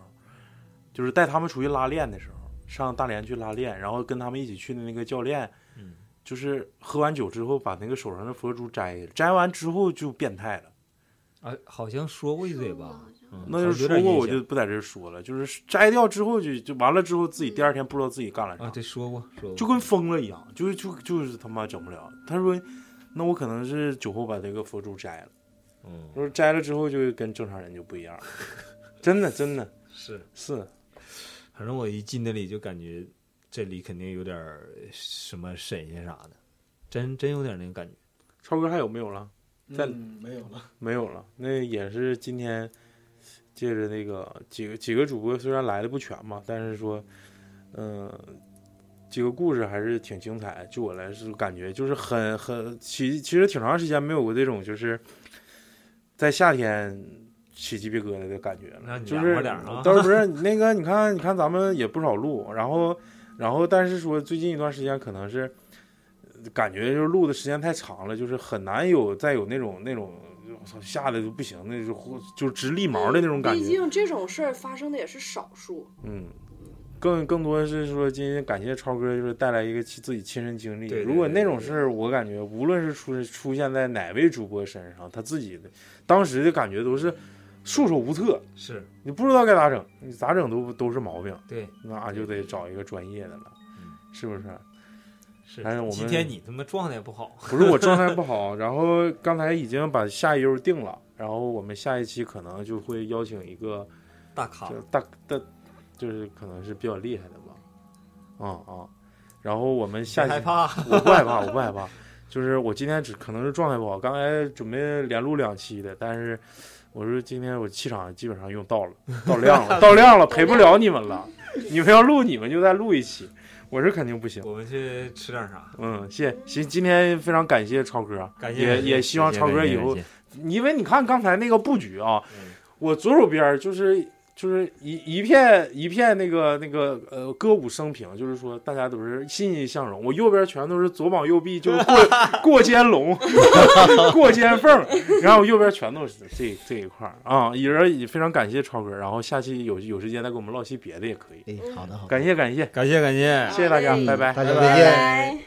就是带他们出去拉练的时候，上大连去拉练，然后跟他们一起去的那个教练，
嗯
就是喝完酒之后把那个手上的佛珠摘下来，摘完之后就变态了。
啊，好像说过一嘴吧
好，像
嗯
那就
好有
是
点
说过
印
我
象
就不在这儿说了，就是摘掉之后就就完了之后自己第二天不知道自己干了啥，
啊，对，说过说过，
就跟疯了一样，就就就是他妈整不了。他说，那我可能是酒后把这个佛珠摘了，
嗯
他说摘了之后就跟正常人就不一样了，真的真的
是，
是
反正我一进那里就感觉这里肯定有点儿什么神仙啥的，真真有点那个感觉。
超哥还有没有了？在
嗯，没有了。
没有了，那也是今天借着那个几个几个主播虽然来的不全嘛，但是说，嗯、几个故事还是挺精彩的。就我来说，感觉就是很很其其实挺长时间没有过这种就是在夏天起鸡皮疙瘩的感觉
那
了。
你
就是
凉快点儿啊
倒是不 是那个，你看你看咱们也不少录，然后然后但是说最近一段时间可能是。感觉就是录的时间太长了，就是很难有再有那种那种，我操，吓得就不行，那就呼就直立毛的那种感
嗯毕
觉。
竟这种事儿发生的也是少数，
嗯，更更多是说今天感谢超哥，就是带来一个亲自己亲身经历。
对对
如果
对
那种
对
事儿，我感觉无论是出出现在哪位主播身上，他自己的当时的感觉都是束手无策，
是
你不知道该咋整，你咋整都都是毛病，
对
那就得找一个专业的了，
嗯
是不是？啊
是
但是哎我，
今
们
天你他妈状态不好，
不是我状态不好，然后刚才已经把下一悠定了，然后我们下一期可能就会邀请一个
大咖
就大大，就是可能是比较厉害的吧，啊、啊，然后我们下一
别
期
害怕，
我不害怕，我不害怕，就是我今天只可能是状态不好，刚才准备连录两期的，但是我说今天我气场基本上用到了，到量 了，到量了，陪不了你们了，你们要录你们就再录一期，我是肯定不行。
我们去吃点啥？
嗯，谢谢行，今天非常感谢超哥啊，
感谢
也
感谢
也希望
感谢
超哥
感谢
以后
感谢
因为你看刚才那个布局啊，
嗯
我左手边儿就是就是一一片一片那个那个呃歌舞升平，就是说大家都是欣欣向荣。我右边全都是左膀右臂，就是过过肩龙、 过肩缝儿，然后我右边全都是这这一块儿啊。也是也非常感谢超哥，然后下期有有时间再跟我们唠些别的也可以。
哎，好的好的。
感谢感谢，
感谢感谢。
谢谢大家，
好嘞
拜拜。
哎大家
拜
再见。
拜拜